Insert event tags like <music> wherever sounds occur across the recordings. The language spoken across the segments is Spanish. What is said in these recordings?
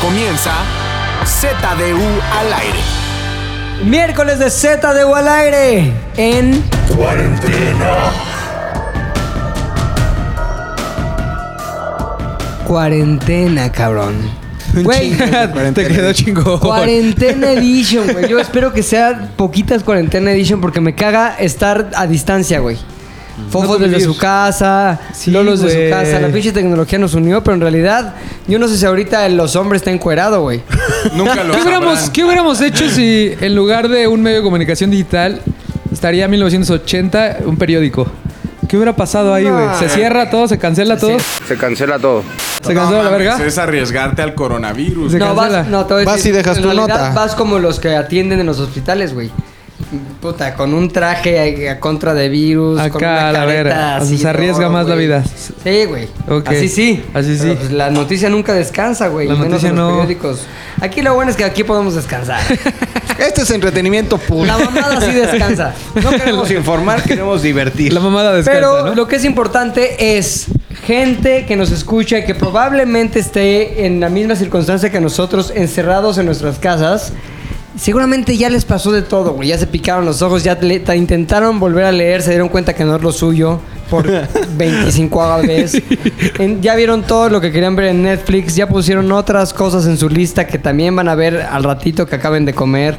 comienza ZDU al aire. Miércoles de Z de al aire en cuarentena. Cuarentena, cabrón. Güey, <laughs> Te quedó chingón. <laughs> cuarentena edition, güey. Yo espero que sea poquitas cuarentena edition porque me caga estar a distancia, güey. Fofo Mm. No desde convivir. su casa, Sí, Lolos de güey. su casa. La pinche tecnología nos unió, pero en realidad, yo no sé si ahorita los hombres está encuerado, güey. Nunca lo ¿Qué hubiéramos, sabrán. ¿Qué hubiéramos hecho si en lugar de un medio de comunicación digital estaría 1980 un periódico? ¿Qué hubiera pasado ahí, güey? No. ¿Se cierra todo? ¿Se cancela todo? Se cancela todo. ¿Se cancela No la mames, verga? Es arriesgarte al coronavirus. pues, Se No, cancela. vas, no, te voy a Vas decir, y dejas en tu realidad nota. Vas como los que atienden en los hospitales, güey. Puta, con un traje eh, a, a contra de virus, con Acá, una a la careta verga. O sea, así se arriesga todo, más la güey. vida. Sí, güey. Ok. Así sí. Así sí. Pero, pues, la noticia nunca descansa, güey. La menos noticia en los no. periódicos. Aquí lo bueno es que aquí podemos descansar. <laughs> Este es entretenimiento puro. la mamada sí <laughs> descansa. No queremos informar, queremos divertir. La mamada descansa, Pero ¿no? lo que es importante es gente que nos escucha y que probablemente esté en la misma circunstancia que nosotros, encerrados en nuestras casas. Seguramente ya les pasó de todo, güey. Ya se picaron los ojos, ya le- ta- intentaron volver a leer, se dieron cuenta que no es lo suyo por <laughs> 25 vez. En- ya vieron todo lo que querían ver en Netflix, ya pusieron otras cosas en su lista que también van a ver al ratito que acaben de comer.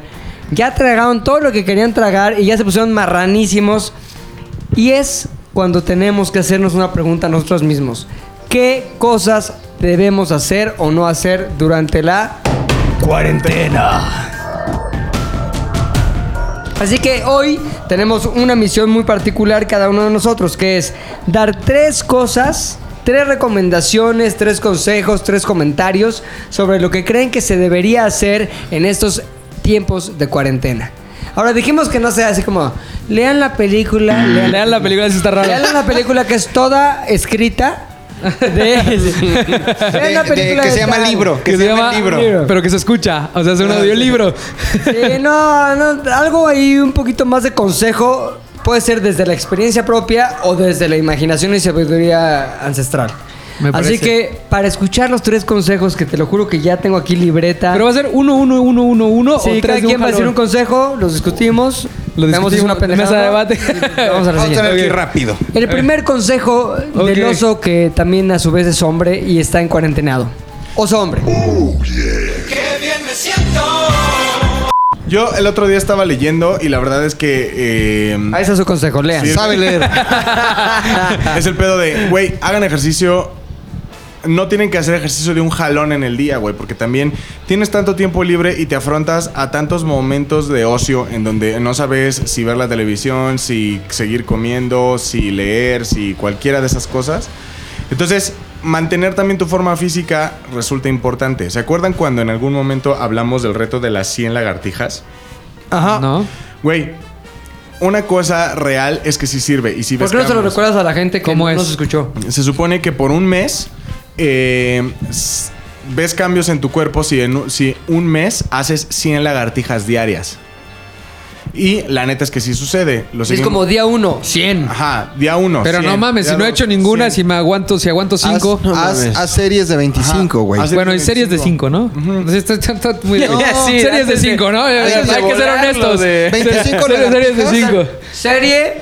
Ya tragaron todo lo que querían tragar y ya se pusieron marranísimos. Y es cuando tenemos que hacernos una pregunta a nosotros mismos. ¿Qué cosas debemos hacer o no hacer durante la cuarentena? Así que hoy tenemos una misión muy particular cada uno de nosotros, que es dar tres cosas, tres recomendaciones, tres consejos, tres comentarios sobre lo que creen que se debería hacer en estos tiempos de cuarentena. Ahora dijimos que no sea así como, lean la película, lean Lean la película, si está raro. Vean la película que es toda escrita. De, <laughs> Vean la De- de- película que de se llama tal. libro. Que se llama libro. Pero que se escucha. O sea, es <laughs> un audiolibro. Sí, no, no, algo ahí un poquito más de consejo. Puede ser desde la experiencia propia o desde la imaginación y sabiduría ancestral. Me Así parece. que para escuchar los tres consejos que te lo juro que ya tengo aquí libreta. Pero va a ser 1, 1, 1, 1, 1 Sí, cada o 3 quien va a decir un consejo, los discutimos. Lo vemos si es discutimos, mesa de debate. y Vamos a la Vamos a siguiente. tener que ir Ok. rápido. El primer consejo del Ok. oso que también a su vez es hombre y está en cuarentenado. Oso hombre. Yo el otro día estaba leyendo y la verdad es que eh, Ahí está Ah, su consejo, lean. Sí. Sabe leer. <laughs> es el pedo de, güey, hagan ejercicio. No tienen que hacer ejercicio de un jalón en el día, güey, porque también tienes tanto tiempo libre y te afrontas a tantos momentos de ocio en donde no sabes si ver la televisión, si seguir comiendo, si leer, si cualquiera de esas cosas. Entonces, mantener también tu forma física resulta importante. ¿Se acuerdan cuando en algún momento hablamos del reto de las 100 lagartijas? Ajá. ¿No? Güey, una cosa real es que sí sirve. Y si ¿Por ves qué no se lo cambios- recuerdas a la gente que ¿Cómo no es? nos escuchó? se supone que por un mes eh, s- ves cambios en tu cuerpo si en un- si un mes haces 100 lagartijas diarias. Y la neta es que sí sucede. Lo es seguimos- como día uno, 100. Ajá, día uno. Pero 100, no mames, día si no he dos, hecho ninguna, 100. si me aguanto, si aguanto 5. Haz, haz- haz series de 25, Ajá. güey. Haz- Bueno, en series de 5, ¿no? Entonces, está- está- está <laughs> muy No, sí, series de antes de- 5, ¿no? antes Hay de que ser volarlo honestos. <laughs> de- 25 series, series de lagartijas. 5. Serie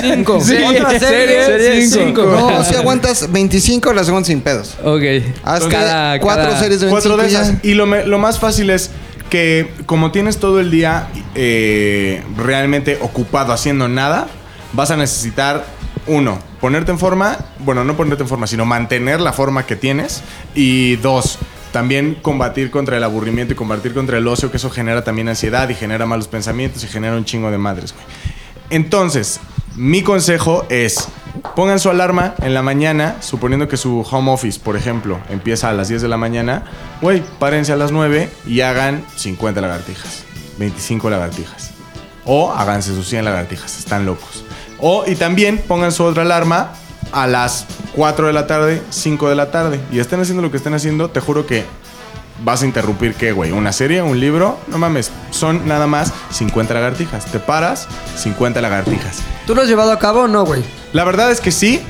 5. Sí, Otra serie, serie cinco. <laughs> No, si aguantas 25, las aguantas sin pedos. Ok. Haz Entonces, cada, cuatro series de 25 Cuatro de ya. esas. Y lo, me- lo más fácil es que como tienes todo el día eh, realmente ocupado haciendo nada, vas a necesitar uno, ponerte en forma, bueno, no ponerte en forma, sino mantener la forma que tienes. Y dos, también combatir contra el aburrimiento y combatir contra el ocio, que eso genera también ansiedad y genera malos pensamientos y genera un chingo de madres, güey. Entonces, mi consejo es, pongan su alarma en la mañana, suponiendo que su home office, por ejemplo, empieza a las 10 de la mañana, güey, párense a las 9 y hagan 50 lagartijas, 25 lagartijas. O háganse sus 100 lagartijas, están locos. O, y también pongan su otra alarma a las 4 de la tarde, 5 de la tarde, y estén haciendo lo que estén haciendo, te juro que ¿Vas a interrumpir qué, güey? ¿Una serie? ¿Un libro? No mames, son nada más 50 lagartijas. Te paras, 50 lagartijas. ¿Tú lo has llevado a cabo o no, güey? La verdad es que sí,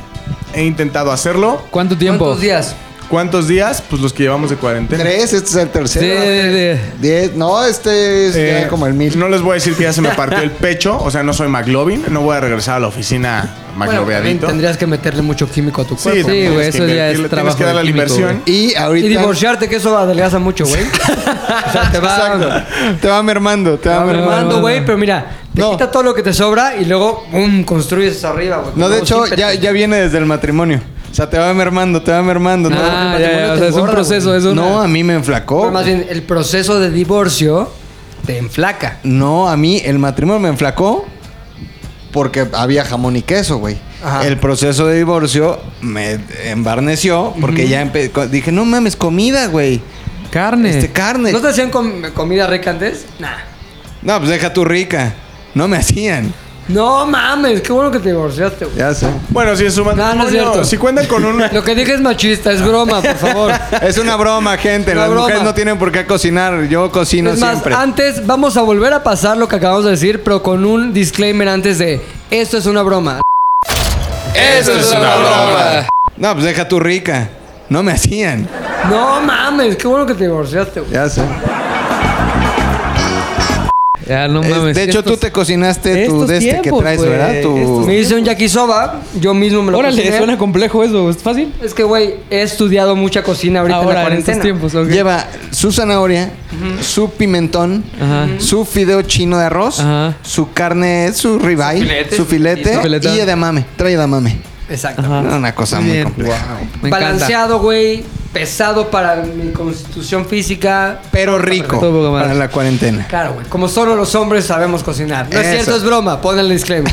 he intentado hacerlo. ¿Cuánto tiempo? ¿Cuántos días? ¿Cuántos días? Pues los que llevamos de cuarentena. Tres, este es el Sí, tercero. de- de- Diez, no, este es Eh, ya como el mil. No les voy a decir que ya se me partió el pecho, o sea, no soy McLovin, no voy a regresar a la oficina Bueno, también McLoveadito. tendrías que meterle mucho químico a tu sí, cuerpo. güey, sí, güey, eso ya es Tienes trabajo que dar la químico, inversión. Y Y ahorita. divorciarte, que eso adelgaza mucho, güey. O sea, te va, Exacto. Te va mermando, te te va va mermando. mermando, güey, pero mira, te No. quita todo lo que te sobra y luego, boom, construyes hacia arriba, güey. No, de Como hecho, siempre ya, te- ya viene desde el matrimonio. O sea, te va mermando, te va mermando. te va Ah, mermando. ya, ya, o sea, es un engorda, proceso, güey. es una- No, a mí me enflacó. Pero más bien, el proceso de divorcio te enflaca. No, a mí el matrimonio me enflacó porque había jamón y queso, güey. Ajá. El proceso de divorcio me embarneció porque ya empe- co- dije, no mames, comida, güey. carne. Este carne. ¿No te hacían com- comida rica antes? Nah. No, pues deja tu rica. No me <laughs> hacían. No mames, qué bueno que te divorciaste, güey. Ya sé. Bueno, si en su no es matrimonio, cierto. si cuentan con un <laughs> Lo que dije es machista, es broma, <laughs> por favor. Es una broma, gente. Una Las broma. mujeres no tienen por qué cocinar. Yo cocino es más, siempre. antes vamos a volver a pasar lo que acabamos de decir, pero con un disclaimer antes de esto es una broma. Eso es una broma. No, pues deja tu rica. No me hacían. No mames, qué bueno que te divorciaste, güey. Ya sé. Ya, no Es- mames. de hecho, estos- tú te cocinaste tu estos de este que tiempos, traes, güey, ¿verdad? Tu- estos- Me hice un yakisoba, yo mismo me lo Órale, cociné. suena complejo eso. ¿Es fácil? Es que, güey, he estudiado mucha cocina ahorita en la Ahora, en, cuarentena. estos tiempos. ok. Lleva su zanahoria, su pimentón, Ajá. su fideo chino de arroz, Ajá. su carne, su ribeye, su filete, filete, su filete. y edamame. Trae edamame. Exacto. Ajá. Era Una cosa Muy muy, bien. compleja. Me encanta. Balanceado, güey, pesado para mi constitución física. Pero rico Todo poco más. para la cuarentena. Claro, güey, como solo los hombres sabemos cocinar. No es Eso. cierto, es broma, pon el disclaimer.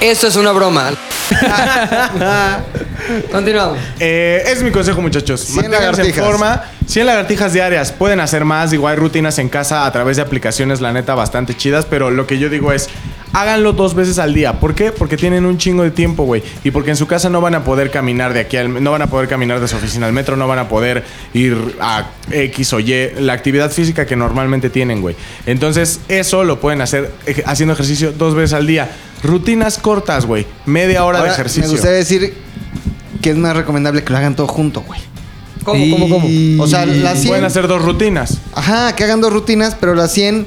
Esto es una broma. <laughs> Continuamos. Eh, es mi consejo, muchachos. Cien Manténganse en lagartijas. forma. 100 lagartijas diarias. Pueden hacer más. Digo, hay rutinas en casa a través de aplicaciones, la neta, bastante chidas. Pero lo que yo digo es, háganlo dos veces al día. ¿Por qué? Porque tienen un chingo de tiempo, güey. Y porque en su casa no van a poder caminar de aquí al... No van a poder caminar de su oficina al metro. No van a poder ir a X o Y. La actividad física que normalmente tienen, güey. Entonces, eso lo pueden hacer eh, haciendo ejercicio dos veces al día. Rutinas cortas, güey. Media hora Ahora, de ejercicio. Me gustaría decir que es más recomendable que lo hagan todo junto, güey. ¿Cómo, cómo, cómo? O sea, las Pueden 100. hacer dos rutinas. Ajá, que hagan dos rutinas, pero las 100,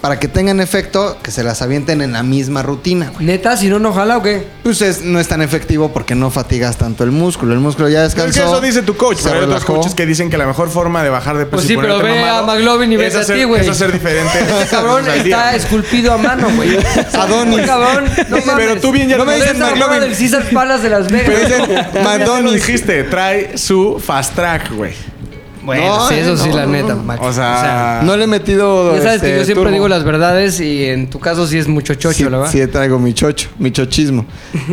para que tengan efecto, que se las avienten en la misma rutina, güey. Neta, si no, no jala o qué. Pues es- no es tan efectivo porque no fatigas tanto el músculo. El músculo ya descansó. Es que eso dice tu coach, se pero hay otros relajó. coaches que dicen que la mejor forma de bajar de peso Pues y sí, pero ponerte ve a mamado McLovin y es vete a hacer- ti, güey. Es hacer <laughs> diferente. Este cabrón <laughs> al día. está esculpido a mano, güey. Adonis. Este cabrón, no mames. Pero tú bien ya no te me dices dices McLovin. McLovin. del Caesar Palace de Las Vegas. Pero <laughs> es el Tú ya te lo Madonis. dijiste, trae su fast track, güey. Bueno, No, sí, eso no, sí, la no, neta, no. Max. O sea, No le he metido. ya sabes que este, yo siempre turbo. digo las verdades y en tu caso sí es mucho chocho, Sí, la verdad. sí, traigo mi chocho, <laughs> mi chochismo.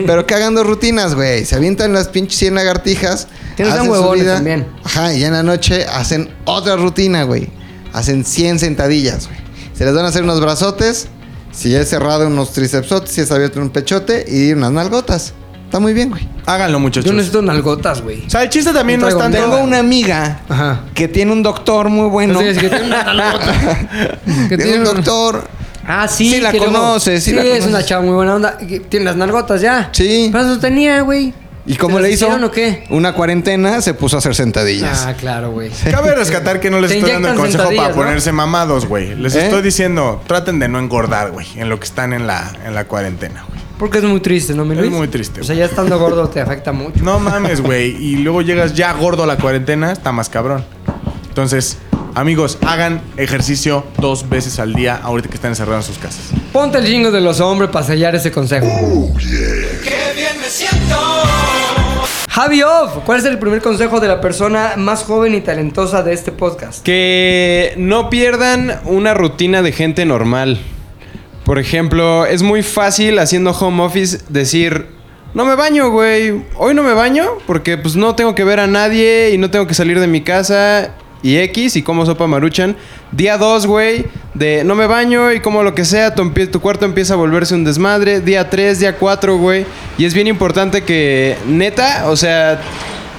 Pero que hagan dos rutinas, güey. Se avientan las pinches 100 lagartijas. Que no sean hacen su huevones también. Ajá, y ya en la noche hacen otra rutina, güey. Hacen 100 sentadillas, güey. Se les van a hacer unos brazotes. Si es cerrado, unos tricepsotes. Si es abierto, un pechote. Y unas nalgotas. Está muy bien, güey. háganlo, muchachos. Yo necesito nalgotas, güey. O sea, el chiste también no es Traigo- tanto. Tengo una amiga Ajá. que tiene un doctor muy bueno. Entonces, que tiene una <laughs> nalgota. que tiene un tiene un- doctor. Ah, sí. Sí la que luego- conoces, sí Sí, la es conoces. una chava muy buena onda. que Tiene las nalgotas ya. Sí. Pero eso tenía, güey. ¿Y ¿Te cómo las le hizo? hicieron o qué? Una cuarentena se puso a hacer sentadillas. Ah, claro, güey. Cabe rescatar que no les Te estoy dando el inyectan consejo para sentadillas, ¿no? ponerse mamados, güey. Les ¿Eh? estoy diciendo, traten de no engordar, güey, en lo que están en la, en la cuarentena, güey. Porque es muy triste, ¿no, mi Es Luis? muy triste, O sea, ya estando gordo te afecta mucho. No mames, güey. Y luego llegas ya gordo a la cuarentena, está más cabrón. Entonces, amigos, hagan ejercicio dos veces al día ahorita que están encerrados en sus casas. Ponte el jingo de los hombres para sellar ese consejo. Javi Off, ¿cuál es el primer consejo de la persona más joven y talentosa de este podcast? Que no pierdan una rutina de gente normal. Por ejemplo, es muy fácil haciendo home office decir, no me baño, güey, hoy no me baño porque pues no tengo que ver a nadie y no tengo que salir de mi casa y X y como sopa maruchan. Día 2, güey, de no me baño y como lo que sea, tu, empie- tu cuarto empieza a volverse un desmadre. Día 3, día 4, güey. Y es bien importante que, neta, o sea,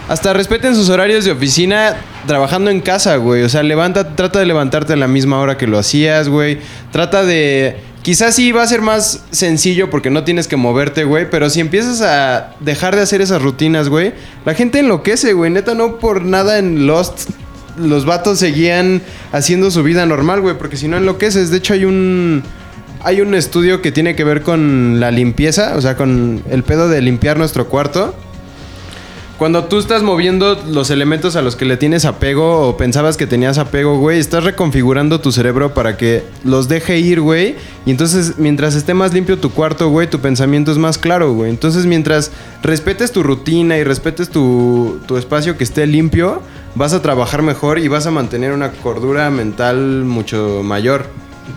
hasta respeten sus horarios de oficina trabajando en casa, güey. O sea, levanta, trata de levantarte a la misma hora que lo hacías, güey. Trata de Quizás sí va a ser más sencillo porque no tienes que moverte, güey. Pero si empiezas a dejar de hacer esas rutinas, güey, la gente enloquece, güey. Neta, no por nada en Lost los vatos seguían haciendo su vida normal, güey. Porque si no enloqueces. De hecho, hay un. Hay un estudio que tiene que ver con la limpieza, o sea, con el pedo de limpiar nuestro cuarto. Cuando tú estás moviendo los elementos a los que le tienes apego o pensabas que tenías apego, güey, estás reconfigurando tu cerebro para que los deje ir, güey. Y entonces, mientras esté más limpio tu cuarto, güey, tu pensamiento es más claro, güey. Entonces, mientras respetes tu rutina y respetes tu, tu espacio que esté limpio, vas a trabajar mejor y vas a mantener una cordura mental mucho mayor.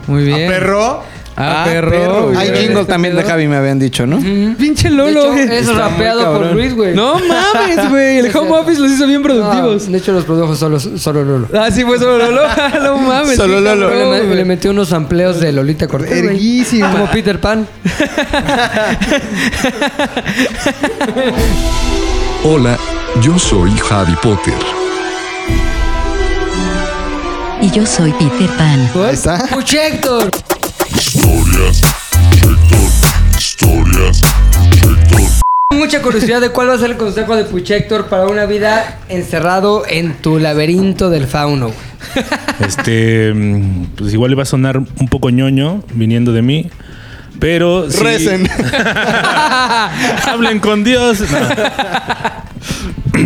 Muy ¿A bien. perro? Ah, Ah, perro. perro, güey. Hay jingle también de Javi, me habían dicho, ¿no? Pinche De Lolo. hecho, güey. es Está muy rapeado por cabrón. Luis, güey. No mames, <laughs> güey. El Sí, home cierto. office los hizo bien productivos. No, de hecho, los produjo solo, solo Lolo. Ah, sí, fue solo <laughs> Lolo. no mames. Solo sí, Lolo. cabrón, Le, me- güey. le metió unos ampleos de Lolita Cortés. güey. Verguísima. Como Peter <laughs> Pan. Hola, yo soy Harry Potter. Y yo soy Peter Pan. Ahí está. ¡Puche Héctor! Tengo Mucha curiosidad de cuál va a ser el consejo de Puchector para una vida encerrado en tu laberinto del fauno. güey. Este, mm, pues igual le va a sonar un poco ñoño viniendo de mí, pero sí- Recen. <laughs> hablen con Dios. No.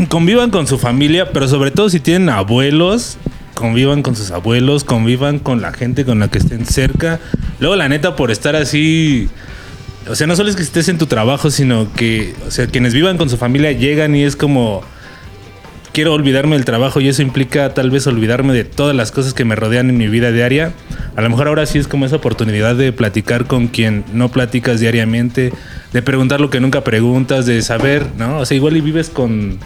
convivan con su familia, pero sobre todo si tienen abuelos, convivan con sus abuelos, convivan con la gente con la que estén cerca. Luego la neta por estar así o sea, no solo es que estés en tu trabajo, sino que, o sea, quienes vivan con su familia llegan y es como, quiero olvidarme del trabajo y eso implica tal vez olvidarme de todas las cosas que me rodean en mi vida diaria. A lo mejor ahora sí es como esa oportunidad de platicar con quien no platicas diariamente, de preguntar lo que nunca preguntas, de saber, ¿no? O sea, igual y vives con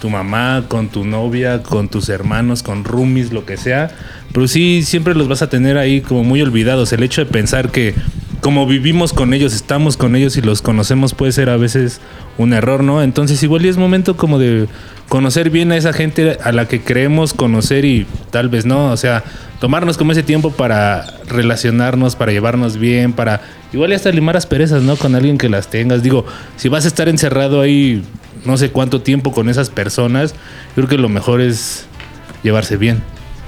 tu mamá, con tu novia, con tus hermanos, con roomies, lo que sea, pero sí siempre los vas a tener ahí como muy olvidados. El hecho de pensar que como vivimos con ellos, estamos con ellos y los conocemos puede ser a veces un error, ¿no? Entonces igual y es momento como de conocer bien a esa gente a la que creemos conocer y tal vez no, o sea, tomarnos como ese tiempo para relacionarnos, para llevarnos bien, para igual y hasta limar asperezas, ¿no? Con alguien que las tengas. Digo, si vas a estar encerrado ahí no sé cuánto tiempo con esas personas, yo creo que lo mejor es llevarse bien,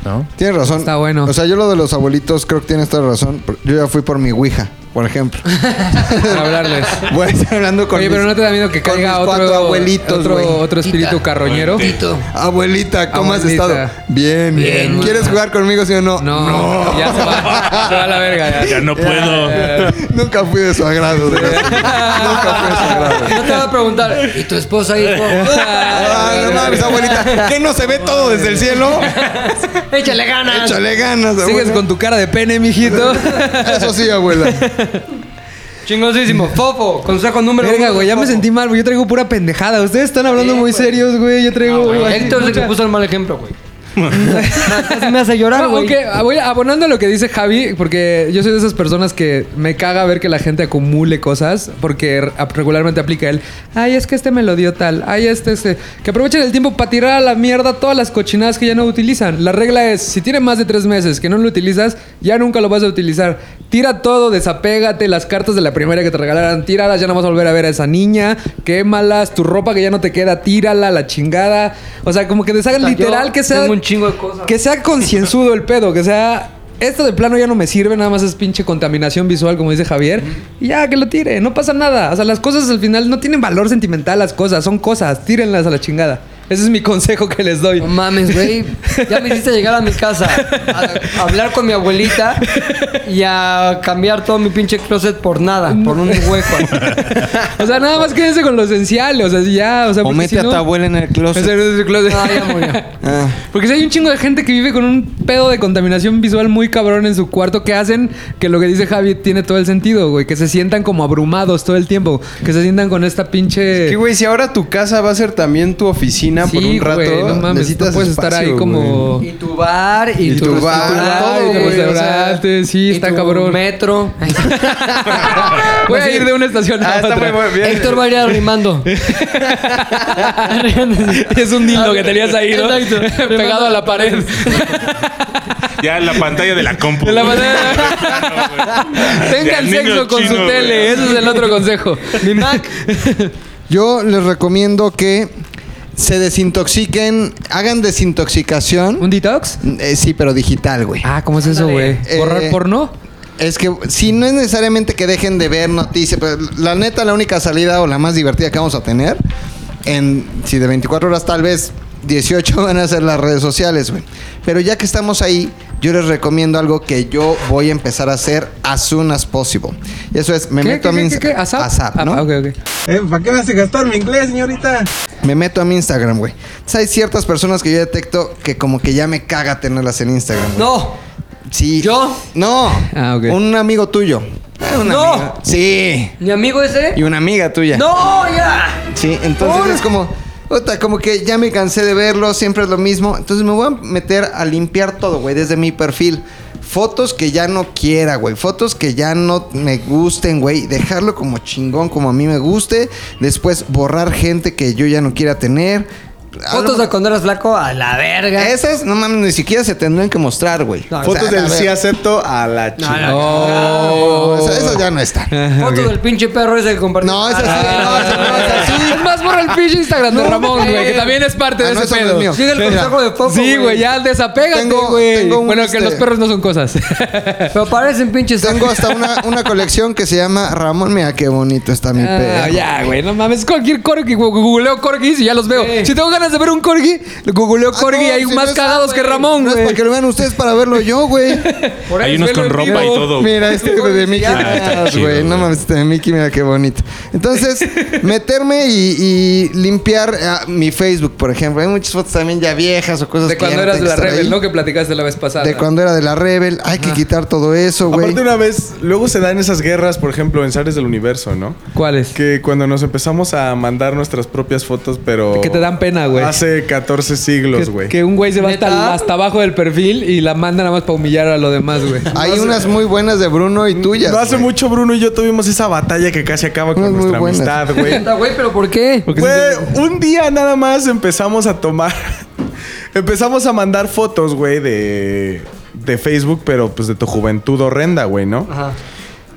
¿no? Tienes razón. Está bueno. O sea, yo lo de los abuelitos creo que tienes toda la razón. Yo ya fui por mi Ouija, <laughs> por ejemplo. Para hablarles. Voy a estar hablando con Oye, pero mis- no te da miedo que con caiga mis otro, cuatro abuelitos, güey. otro, otro espíritu carroñero. Abuelita, ¿cómo Abuelita. has estado? Bien. Bien. ¿Quieres jugar conmigo, sí o no? No, ya se va. Se va a la verga. Ya Ya. no Ah, puedo. <laughs> Nunca fui de su agrado, de <laughs> verdad. Nunca fui de su agrado. No te va a preguntar, ¿y tu esposa, hijo? <laughs> Ah, no mames, abuelita. ¿Qué no se ve todo desde <laughs> el cielo? ¡Échale ganas! Échale ganas, Sigues abuela. con tu cara de pene, <laughs> mijito. Eso sí, <laughs> abuela. Chingosísimo. Fofo, consejo número Verga, uno. güey, ya me Fofo. sentí mal, güey. Yo traigo pura pendejada. Ustedes están hablando Sí, muy güey. serios, güey. Yo traigo. así Héctor se mucha- que puso el mal ejemplo, <laughs> güey. Casi me hace llorar, No, güey. aunque voy abonando a lo que dice Javi, porque yo soy de esas personas que me caga ver que la gente acumule cosas, porque r- regularmente aplica el, ay, es que este me lo dio tal, ay, este, este. Que aprovechen el tiempo para tirar a la mierda todas las cochinadas que ya no utilizan. La regla es, si tiene más de tres meses que no lo utilizas, ya nunca lo vas a utilizar. Tira todo, desapégate, las cartas de la primaria que te regalaran, tíralas, ya no vas a volver a ver a esa niña, quémalas, tu ropa que ya no te queda, tírala, la chingada. O sea, como que deshagan Puta, literal yo que sea... Tengo un chingo de cosas. Que sea concienzudo el pedo, que sea. Esto de plano ya no me sirve, nada más es pinche contaminación visual, como dice Javier. Y ya, que lo tire, no pasa nada. O sea, las cosas al final no tienen valor sentimental, las cosas, son cosas, tírenlas a la chingada. Ese es mi consejo que les doy. No mames, güey. Ya me hiciste llegar a mi casa a, a hablar con mi abuelita y a cambiar todo mi pinche closet por nada, por un hueco. O sea, nada más quédense con lo esencial, o sea, si ya, o sea, O porque mete si a no- tu abuela en el O sea, closet. en el closet. Ah, ya murió. <laughs> Ah. Porque si hay un chingo de gente que vive con un pedo de contaminación visual muy cabrón en su cuarto que hacen que lo que dice Javi tiene todo el sentido, güey. Que se sientan como abrumados todo el tiempo. Que se sientan con esta pinche... Que, güey, si ahora tu casa va a ser también tu oficina por Sí, un rato, güey, no mames, necesitas no puedes estar espacio, ahí como... Y tu bar, y, Y tu, tu bar, restaurante, Pues y todo, tu güey, o sea, restaurante, sí, y está tu cabrón. <laughs> metro. Voy a ir de una estación a Pues Ah, está otra. muy bueno, bien. Héctor va a ir <laughs> arrimando. <laughs> Es un dildo que tenías ahí, ¿no? <laughs> Exacto. Pegado a la pared. <laughs> Ya en la pantalla de la compu. De la güey. manera- Ya, Tengan niño sexo con chino, su tele. güey. Ese es el otro consejo. Mi Mac. Yo les recomiendo que se desintoxiquen, hagan desintoxicación. ¿Un detox? Eh, sí, pero digital, güey. Ah, ¿cómo es eso, güey? Eh, ¿Borrar porno? Es que si no es necesariamente que dejen de ver noticias, pero la neta la única salida o la más divertida que vamos a tener, en si de 24 horas tal vez 18 van a ser las redes sociales, güey. Pero ya que estamos ahí, yo les recomiendo algo que yo voy a empezar a hacer as soon as possible. Y eso es, me ¿Qué, meto qué, a mi qué, qué, qué? Insta- ¿ASAP? ASAP, Ah, ¿no? ok, ok. ¿Para qué me hace gastar mi inglés, señorita? Me meto a mi Instagram, güey. Entonces, hay ciertas personas que yo detecto que como que ya me caga tenerlas en Instagram. güey. No. Sí. ¿Yo? No. Ah, ok. Un amigo tuyo. Eh, un No. amigo. Sí. ¿Mi amigo ese? Y una amiga tuya. ¡No! ¡Ya! Sí, entonces Por- es como, puta, como que ya me cansé de verlo, siempre es lo mismo. Entonces me voy a meter a limpiar todo, güey, desde mi perfil. Fotos que ya no quiera, güey. Fotos que ya no me gusten, güey. Dejarlo como chingón, como a mí me guste. Después borrar gente que yo ya no quiera tener. Ah, Fotos de cuando eras flaco a la verga. Esas, no mames, ni siquiera se tendrían que mostrar, güey. No, O sea, Fotos a del ver, sí acepto a la chica. eh, no, esa- esas ya no están. Fotos del pinche perro ese que compartió. No, esas sí, no, esas no, esas sí. Es más, borra el pinche Instagram de Ramón, güey, que también es parte Ah, de no, ese eso no es pedo. mío. Llega el Mira. consejo de Fofo, Sí, güey, ya desapégate, Tengo- güey. tengo un Bueno, que este- los perros no son <laughs> cosas. Pero parecen pinches. Tengo hasta una, una colección que se llama Ramón, mira qué bonito está mi perro. Ah, ya, güey, no mames. Cualquier corgi, gu- gu- googleo corgis y ya los veo. Si tengo ganas de ver un corgi, googleo Ah, corgi y no, hay si más no es- cagados que Ramón, No es para güey. que lo vean ustedes para verlo yo, <laughs> güey. Por ahí Hay unos velo con en ropa y vivo. todo. Mira, este de Mickey. Ah, está Mouse, chido, güey. No güey. mames, este de Mickey, mira qué bonito. Entonces, <laughs> meterme y, y limpiar ah, mi Facebook, por ejemplo. Hay muchas fotos también ya viejas o cosas De que ya cuando no eras de tienen la que estar Rebel, ahí. ¿no? Que platicaste la vez pasada. De cuando era de la Rebel. Hay que quitar todo eso, güey. Aparte una vez, luego se dan esas guerras, por ejemplo, en Zares del Universo, ¿no? ¿Cuáles? Que cuando nos empezamos a mandar nuestras propias fotos, pero... Que te dan pena, güey. Hace 14 siglos, Que- güey. Que un güey se va ¿Neta? hasta, hasta abajo del perfil y la manda nada más para humillar a lo demás, güey. Hay unas muy buenas de Bruno y tuyas. No hace güey. mucho Bruno y yo tuvimos esa batalla que casi acaba con Unas muy nuestra buenas. amistad, güey. <laughs> Neta, güey, pero ¿por qué? Güey, un día nada más empezamos a tomar. <laughs> empezamos a mandar fotos, güey, de, de Facebook, pero pues de tu juventud horrenda, güey, ¿no? Ajá.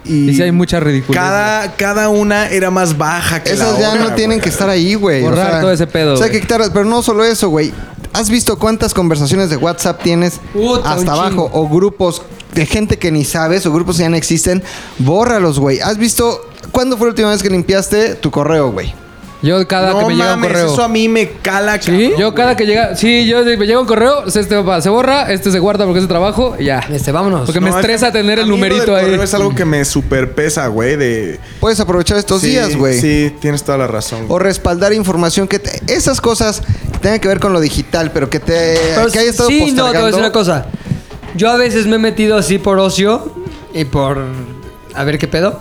Y sí hay mucha ridiculez, Cada, cada una era más baja que la Esas ya otra, no tienen güey. que estar ahí, güey. Borrar todo ese pedo, O sea, hay güey. que quitarlas. Pero no solo eso, güey. ¿Has visto cuántas conversaciones de WhatsApp tienes Puta, un hasta abajo? O grupos de gente que ni sabes o grupos que ya no existen. Bórralos, güey. ¿Has visto cuándo fue la última vez que limpiaste tu correo, güey? Yo cada que No me llega un mames, correo. eso a mí me cala, ¿Sí? cabrón, Ah, Yo cada güey. que llega, sí, yo me llega un correo, este se borra, este se guarda porque es de trabajo y ya. Este, vámonos. Porque me No, es estresa que tener a el mí lo del numerito ahí. correo Es algo <laughs> que me superpesa, güey, de... Puedes aprovechar estos Sí, días, güey. Sí, tienes toda la razón. O güey. respaldar información que... te- esas cosas que tengan que ver con lo digital, pero que te... que haya estado sí, no, te voy a postergando. decir una cosa. Yo a veces me he metido así por ocio y por. A ver qué pedo.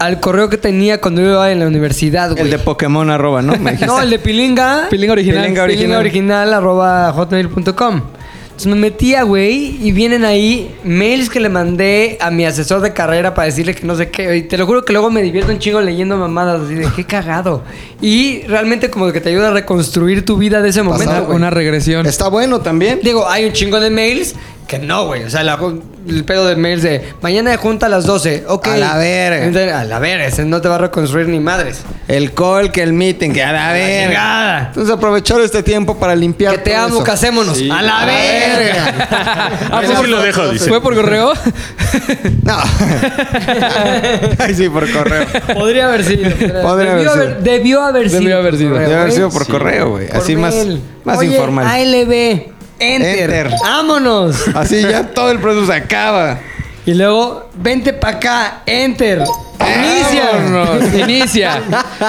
Al correo que tenía cuando yo iba en la universidad, güey. El de Pokémon <laughs> arroba, ¿no? Me dijiste. No, el de <laughs> Pilinga. Pilinga original. Pilinga original. Pilinga original, arroba hotmail.com. Entonces me metía, güey, y vienen ahí mails que le mandé a mi asesor de carrera para decirle que no sé qué. Y te lo juro que luego me divierto un chingo leyendo mamadas así de qué cagado. Y realmente como que te ayuda a reconstruir tu vida de ese Una, momento, güey. una regresión. Está bueno también. Digo, hay un chingo de mails que no, güey. O sea, la ju- el pedo de mails de mañana de junta a las 12. Ok. A la verga. Entonces, A la verga. ese No te va a reconstruir ni madres. El call, que el meeting, que a la verga. Nada. Entonces aprovechar este tiempo para limpiar. Que te todo amo, eso. casémonos. A la verga. Ah, Eso ¿fue- pues sí lo dejo, dice. ¿Fue por correo? No. <laughs> Ay, sí, por correo. Podría haber sido. Podría haber debió, sido. haber, debió haber sido. Debió haber sido. Correo, Debe haber ¿eh? sido por correo, güey. Por Así más, mail. más Oye, informal. ALB. Enter. Enter. Vámonos. Así ya todo el proceso se acaba. Y luego, vente para acá. Enter. Inicia. Vámonos, Inicia.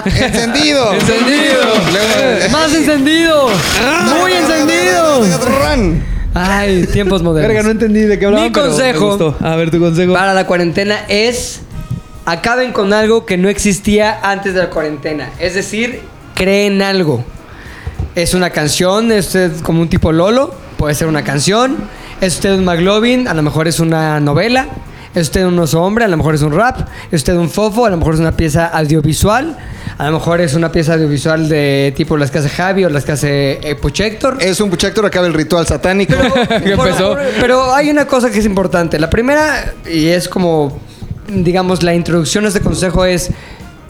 Encendido. Encendido. Luego- Más encendido. Muy encendido. Run. Ay, tiempos modernos. Verga, no entendí de qué hablaban, Mi pero me consejo. gustó. A ver, tu consejo. Para la cuarentena es acaben con algo que no existía antes de la cuarentena. Es decir, creen algo. Es una canción, es usted como un tipo Lolo, puede ser una canción. Es usted un McLovin, a lo mejor es una novela. Es usted un oso hombre, a lo mejor es un rap. Es usted un fofo, a lo mejor es una pieza audiovisual. A lo mejor es una pieza audiovisual de tipo las que hace Javi o las que hace eh, Puchector. Es un Puchector, acaba el ritual <laughs> satánico. <laughs> que Por- empezó. por- pero hay una cosa que es importante. La primera, y es como, digamos, la introducción a este consejo es...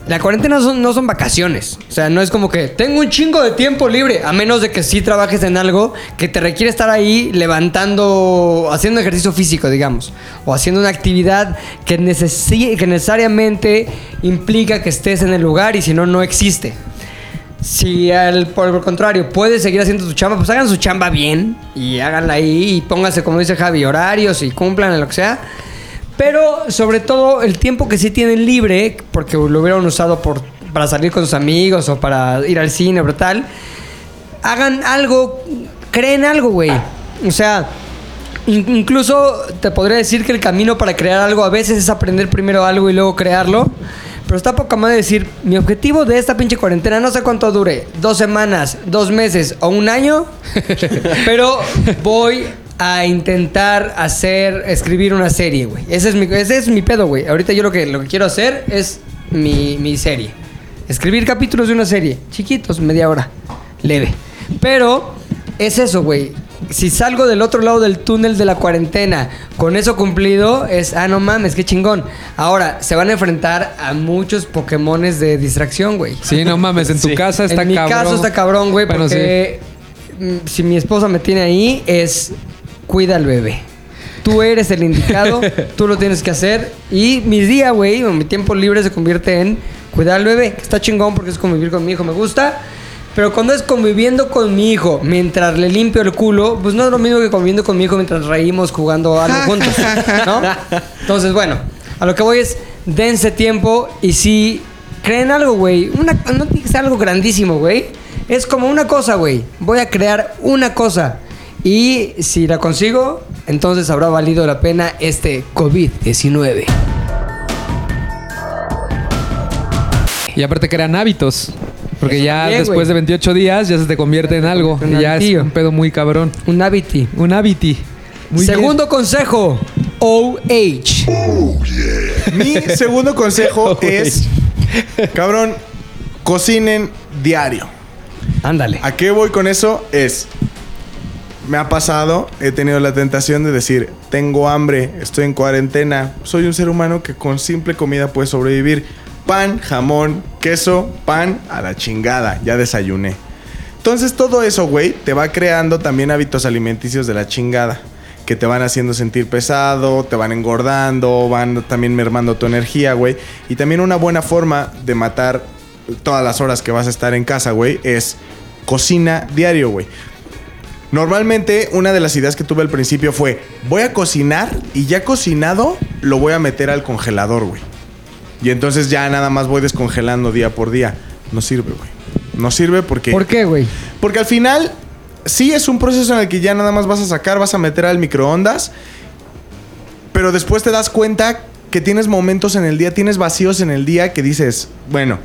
La cuarentena son- no son vacaciones. O sea, no es como que tengo un chingo de tiempo libre, a menos de que sí trabajes en algo que te requiere estar ahí levantando, haciendo ejercicio físico, digamos, o haciendo una actividad que, necesi- que necesariamente implica que estés en el lugar y si no, no existe. Si al, por el contrario puedes seguir haciendo tu chamba, pues hagan su chamba bien y háganla ahí y pónganse, como dice Javi, horarios y cumplan en lo que sea. Pero sobre todo el tiempo que sí tienen libre, porque lo hubieran usado por, para salir con sus amigos o para ir al cine o tal, hagan algo, creen algo, güey. O sea, in- incluso te podría decir que el camino para crear algo a veces es aprender primero algo y luego crearlo. Pero está poca madre decir, mi objetivo de esta pinche cuarentena, no sé cuánto dure, dos semanas, dos meses o un año, <laughs> pero voy a intentar hacer, escribir una serie, güey. Ese es mi, ese es mi pedo, güey. Ahorita yo lo que, lo que quiero hacer es mi, mi serie. Escribir capítulos de una serie, chiquitos, media hora, leve. Pero es eso, güey. Si salgo del otro lado del túnel de la cuarentena con eso cumplido, es, ah, no mames, qué chingón. Ahora, se van a enfrentar a muchos Pokémones de distracción, güey. Sí, no mames, en tu casa está en mi cabrón. caso está cabrón, güey, Bueno, porque mm, si mi esposa me tiene ahí, es cuida al bebé. Tú eres el indicado, tú lo tienes que hacer. Y mi día, güey, o mi tiempo libre se convierte en cuidar al bebé. que Está chingón porque es convivir con mi hijo, me gusta. Pero cuando es conviviendo con mi hijo mientras le limpio el culo, pues no es lo mismo que conviviendo con mi hijo mientras reímos jugando algo juntos, ¿no? Entonces, bueno, a lo que voy es, dense tiempo y si creen algo, güey, una- no tiene que ser algo grandísimo, güey. Es como una cosa, güey. Voy a crear una cosa. Y si la consigo, entonces habrá valido la pena este COVID-19. Y aparte crean hábitos. Porque Eso ya también, después güey. de 28 días ya se te convierte en algo. Un Y ya hábitillo. es un pedo muy cabrón. Un habiti. Un hábiti. Muy bien. Segundo consejo, OH. Mi segundo consejo es, cabrón, cocinen diario. Ándale. ¿A qué voy con eso? Es, me ha pasado, he tenido la tentación de decir, tengo hambre, estoy en cuarentena, soy un ser humano que con simple comida puede sobrevivir. Pan, jamón, queso, pan, a la chingada, ya desayuné. Entonces todo eso, güey, te va creando también hábitos alimenticios de la chingada. Que te van haciendo sentir pesado, te van engordando, van también mermando tu energía, güey. Y también una buena forma de matar todas las horas que vas a estar en casa, güey, es cocina diario, güey. Normalmente una de las ideas que tuve al principio fue, voy a cocinar y ya cocinado lo voy a meter al congelador, güey. Y entonces ya nada más voy descongelando día por día. No sirve, güey. No sirve porque... ¿Por qué, güey? Porque al final, sí es un proceso en el que ya nada más vas a sacar, vas a meter al microondas, pero después te das cuenta que tienes momentos en el día, tienes vacíos en el día que dices, bueno,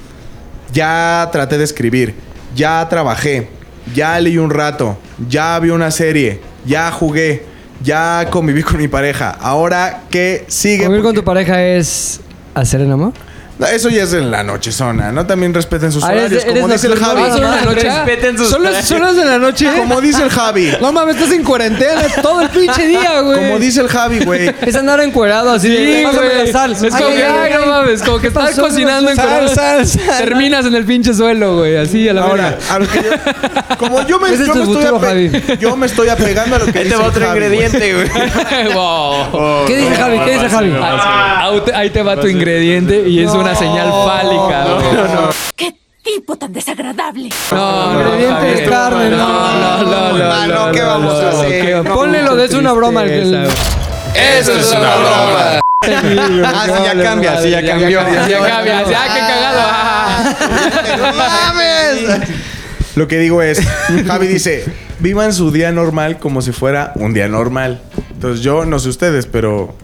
ya traté de escribir, ya trabajé, ya leí un rato, ya vi una serie, ya jugué, ya conviví con mi pareja, ahora que sigue... Convivir con Porque- tu pareja es hacer el amor. No, Eso ya es en la noche zona, ¿no? También respeten sus Ah, eres- horarios, eres como dice el nocturno, Javi. Ah, ¿Son las de la noche? Respeten sus ¿Son las, horarios. son las de la noche? <laughs> Como dice el Javi. No mames, estás en cuarentena todo el pinche día, güey. Como dice el Javi, güey. Es andar encuerado así. de, Sí, "Pásame güey. la sal". Es como Ay, que, ay, ay, no ay. mames, como que estás pasó? cocinando en Sal, cuarentena, sal, sal. Terminas en el pinche suelo, güey, así a la Ahora, hora. a lo que yo- como yo me, Ese es yo, tu me estoy futuro, ape- yo me estoy apegando a lo que Ahí te dice va el otro Javi, güey. ingrediente, güey. <laughs> wow. ¿Qué dice Javi? ¿Qué dice Javi? Ahí te- ahí te va tu ingrediente y es una señal fálica. güey. ¡Qué tipo tan desagradable! No, no, Ingrediente Javier. es carne, no. No, no, no, Ah, no, no, ¿qué no, vamos a no, hacer? qué- No, Ponle lo de es una broma. al- tristeza, güey. Eso es una broma. Ah, sí, ya cambia, sí, ya cambió. Ya, ya cambia, ya, qué cagado. ah. ¡No mames! Lo que digo es, Javi dice, vivan su día normal como si fuera un día normal. Entonces yo no sé ustedes, pero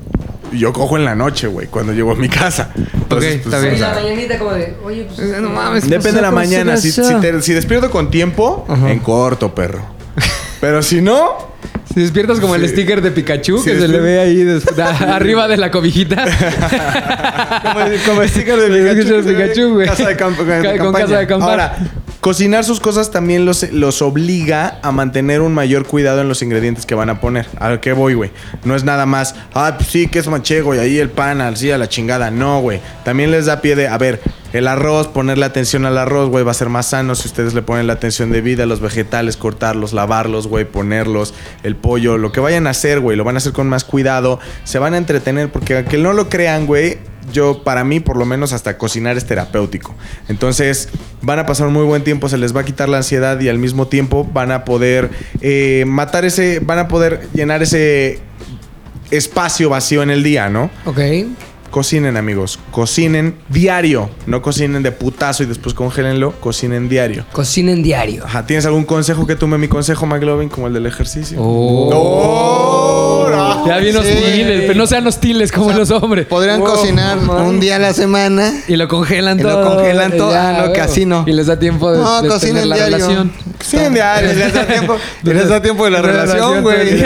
yo cojo en la noche, güey, cuando llego a mi casa. Entonces, Ok, pues, está bien. o sea, La mañanita como de, oye, pues, este, No mames. Depende de la mañana. Si, sí <laughs> si te- si despierto con tiempo, en corto, perro. Pero si no, Si despiertas como el sticker de Pikachu que se le ve ahí des- da- <laughs> arriba de la cobijita. Como el, como el sticker de El Pikachu. sticker de que se ve Pikachu, güey. Casa de campo. Ca- con casa de campaña. Ahora, cocinar sus cosas también los, los obliga a mantener un mayor cuidado en los ingredientes que van a poner. A qué voy, güey. No es nada más, ah, pues sí, que es manchego y ahí el pan, así a la chingada. No, güey. También les da pie de, a ver, el arroz, ponerle atención al arroz, güey, va a ser más sano si ustedes le ponen la atención debida a los vegetales, cortarlos, lavarlos, güey, ponerlos, el pollo, lo que vayan a hacer, güey, lo van a hacer con más cuidado, se van a entretener, porque aunque no lo crean, güey, yo, para mí, por lo menos, hasta cocinar es terapéutico. Entonces, van a pasar un muy buen tiempo, se les va a quitar la ansiedad y al mismo tiempo van a poder eh, matar ese, van a poder llenar ese espacio vacío en el día, ¿no? Ok. Cocinen, amigos. Cocinen diario. No cocinen de putazo y después congélenlo. Cocinen diario. Cocinen diario. Ajá, ¿Tienes algún consejo que tome mi consejo, McLovin, como el del ejercicio? Oh. ya bien Sí. hostiles, pero no sean hostiles como los hombres. Podrían Wow, cocinar no mames. un día a la semana. Y lo congelan Y lo todo. congelan todo. Ya, Ah, no, güey. que así no. Y les da tiempo de, No, de cocinen tener la diario. relación. Cocinen diario. Les da tiempo, les da tiempo de la relación, güey.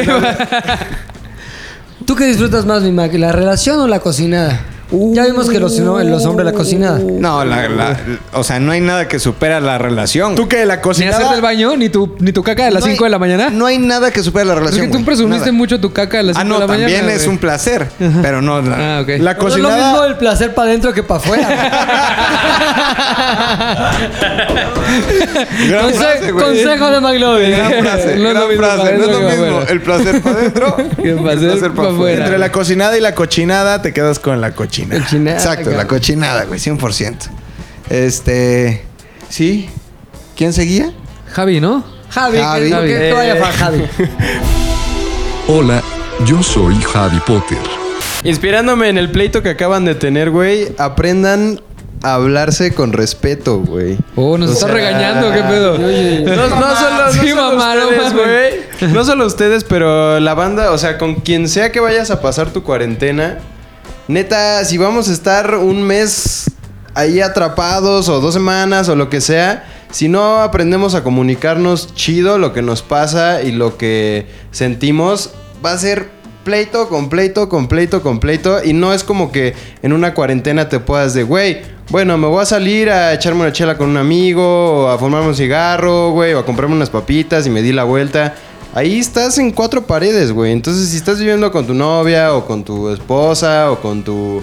¿Tú qué disfrutas más, mi Mac? ¿La relación o la cocinada? ya vimos que los, no, los hombres la cocinada. No, la, la- o sea, no hay nada que supera la relación. ¿Tú qué? ¿La Ni cocinada? hacerte el baño, ni tu, ni tu caca a las No hay- 5 de la mañana. No hay nada que supere la es relación. que tú güey. presumiste Nada. mucho tu caca a las 5 Ah, de no, la mañana. también es güey. un placer, pero no. la- Ah, ok. La No es lo cocinada. mismo el placer para adentro que para <laughs> afuera. Gran Conse- frase, güey. consejo de McLovin. Gran <laughs> <laughs> frase, No es lo gran mismo para frase. No adentro es lo que para mismo afuera. el <laughs> placer para adentro Que el placer para afuera. Entre la cocinada y la cochinada, te quedas con la cochinada. Cochinada, Exacto, cabrón. la cochinada, güey, 100%. Este. ¿Sí? ¿Quién seguía? Javi, ¿no? Eh. Javi, Eh, Javi. que, que Javi. todavía para Javi. Hola, yo soy Harry Potter. Inspirándome en el pleito que acaban de tener, güey, aprendan a hablarse con respeto, güey. Oh, nos O está sea, regañando, qué pedo. No, no solo, no Sí, solo mamá, no ustedes, mames. güey. No solo ustedes, pero la banda, o sea, con quien sea que vayas a pasar tu cuarentena, neta, si vamos a estar un mes ahí atrapados o dos semanas o lo que sea, si no aprendemos a comunicarnos chido lo que nos pasa y lo que sentimos, va a ser pleito, con pleito, con pleito, con pleito. Y no es como que en una cuarentena te puedas de, güey, bueno, me voy a salir a echarme una chela con un amigo, o a fumarme un cigarro, güey, o a comprarme unas papitas y me di la vuelta. Ahí estás en cuatro paredes, güey. Entonces, si estás viviendo con tu novia, o con tu esposa, o con tu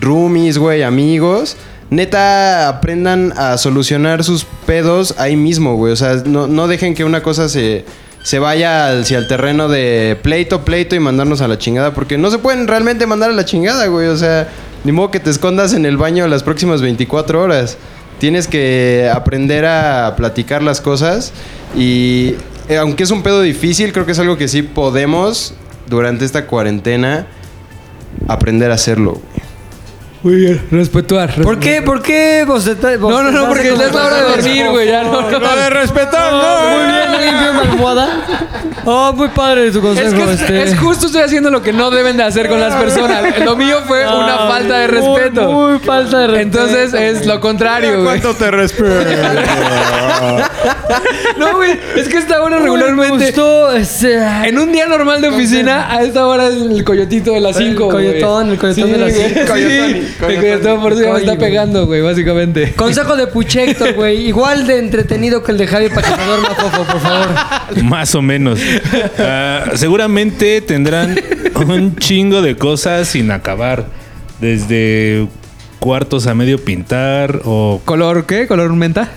roomies, güey, amigos. Neta, aprendan a solucionar sus pedos ahí mismo, güey. O sea, no, no dejen que una cosa se, se vaya hacia el terreno de pleito, pleito y mandarnos a la chingada. Porque no se pueden realmente mandar a la chingada, güey. O sea, ni modo que te escondas en el baño las próximas 24 horas. Tienes que aprender a platicar las cosas. Y eh, aunque es un pedo difícil, creo que es algo que sí podemos durante esta cuarentena aprender a hacerlo. güey. Muy bien, respetuar. <laughs> ¿Por qué? ¿Por qué vos No, no, no, porque ya es la hora de dormir, güey. Ya no, no. de respetar, eh. Muy bien, limpio mi almohada. Oh, muy padre tu consejo. Es que es, este. es justo estoy haciendo lo que no deben de hacer con las personas. Lo mío fue una Ay, falta de muy, respeto. Muy, falta de respeto. Entonces es lo contrario, güey. te respeto? No, güey. Es que esta hora Uy, regularmente. Justo, este, En un día normal de oficina, a esta hora es el coyotito de las 5. coyotón, el coyotón de las cinco. Sí, el coyotón por eso ya me está Coy, güey. pegando, güey, básicamente. Consejo de Puchector, güey. Igual de entretenido que el de Javi para que se duerma, Fofo, por <laughs> favor. <laughs> Más o menos. Ah, seguramente tendrán un chingo de cosas sin acabar. Desde cuartos a medio pintar o ¿Color qué? ¿Color menta?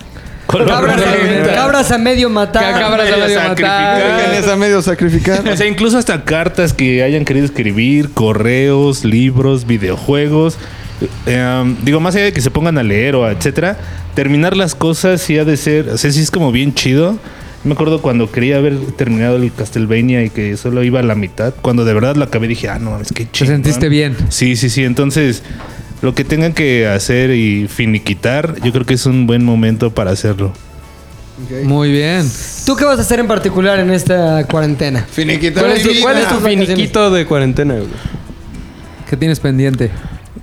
color Cabras a, pintar. cabras a medio matar. Cabras a medio matar. sacrificar. a medio sacrificar. <laughs> O sea, incluso hasta cartas que hayan querido escribir, correos, libros, videojuegos. Eh, um, digo, más allá de que se pongan a leer o a etcétera, terminar las cosas sí ha de ser, o sea, sí es como bien chido. Me acuerdo cuando quería haber terminado el Castlevania y que solo iba a la mitad. Cuando de verdad lo acabé dije, ah, no, es que Te chido. sentiste bien. Sí, sí, sí. Entonces, lo que tengan que hacer y finiquitar, yo creo que es un buen momento para hacerlo. Muy bien. ¿Tú qué vas a hacer en particular en esta cuarentena? Finiquitar ¿Cuál es tu- mi cuál vida. Ah, es tu finiquito? de cuarentena, güey. ¿Qué tienes pendiente?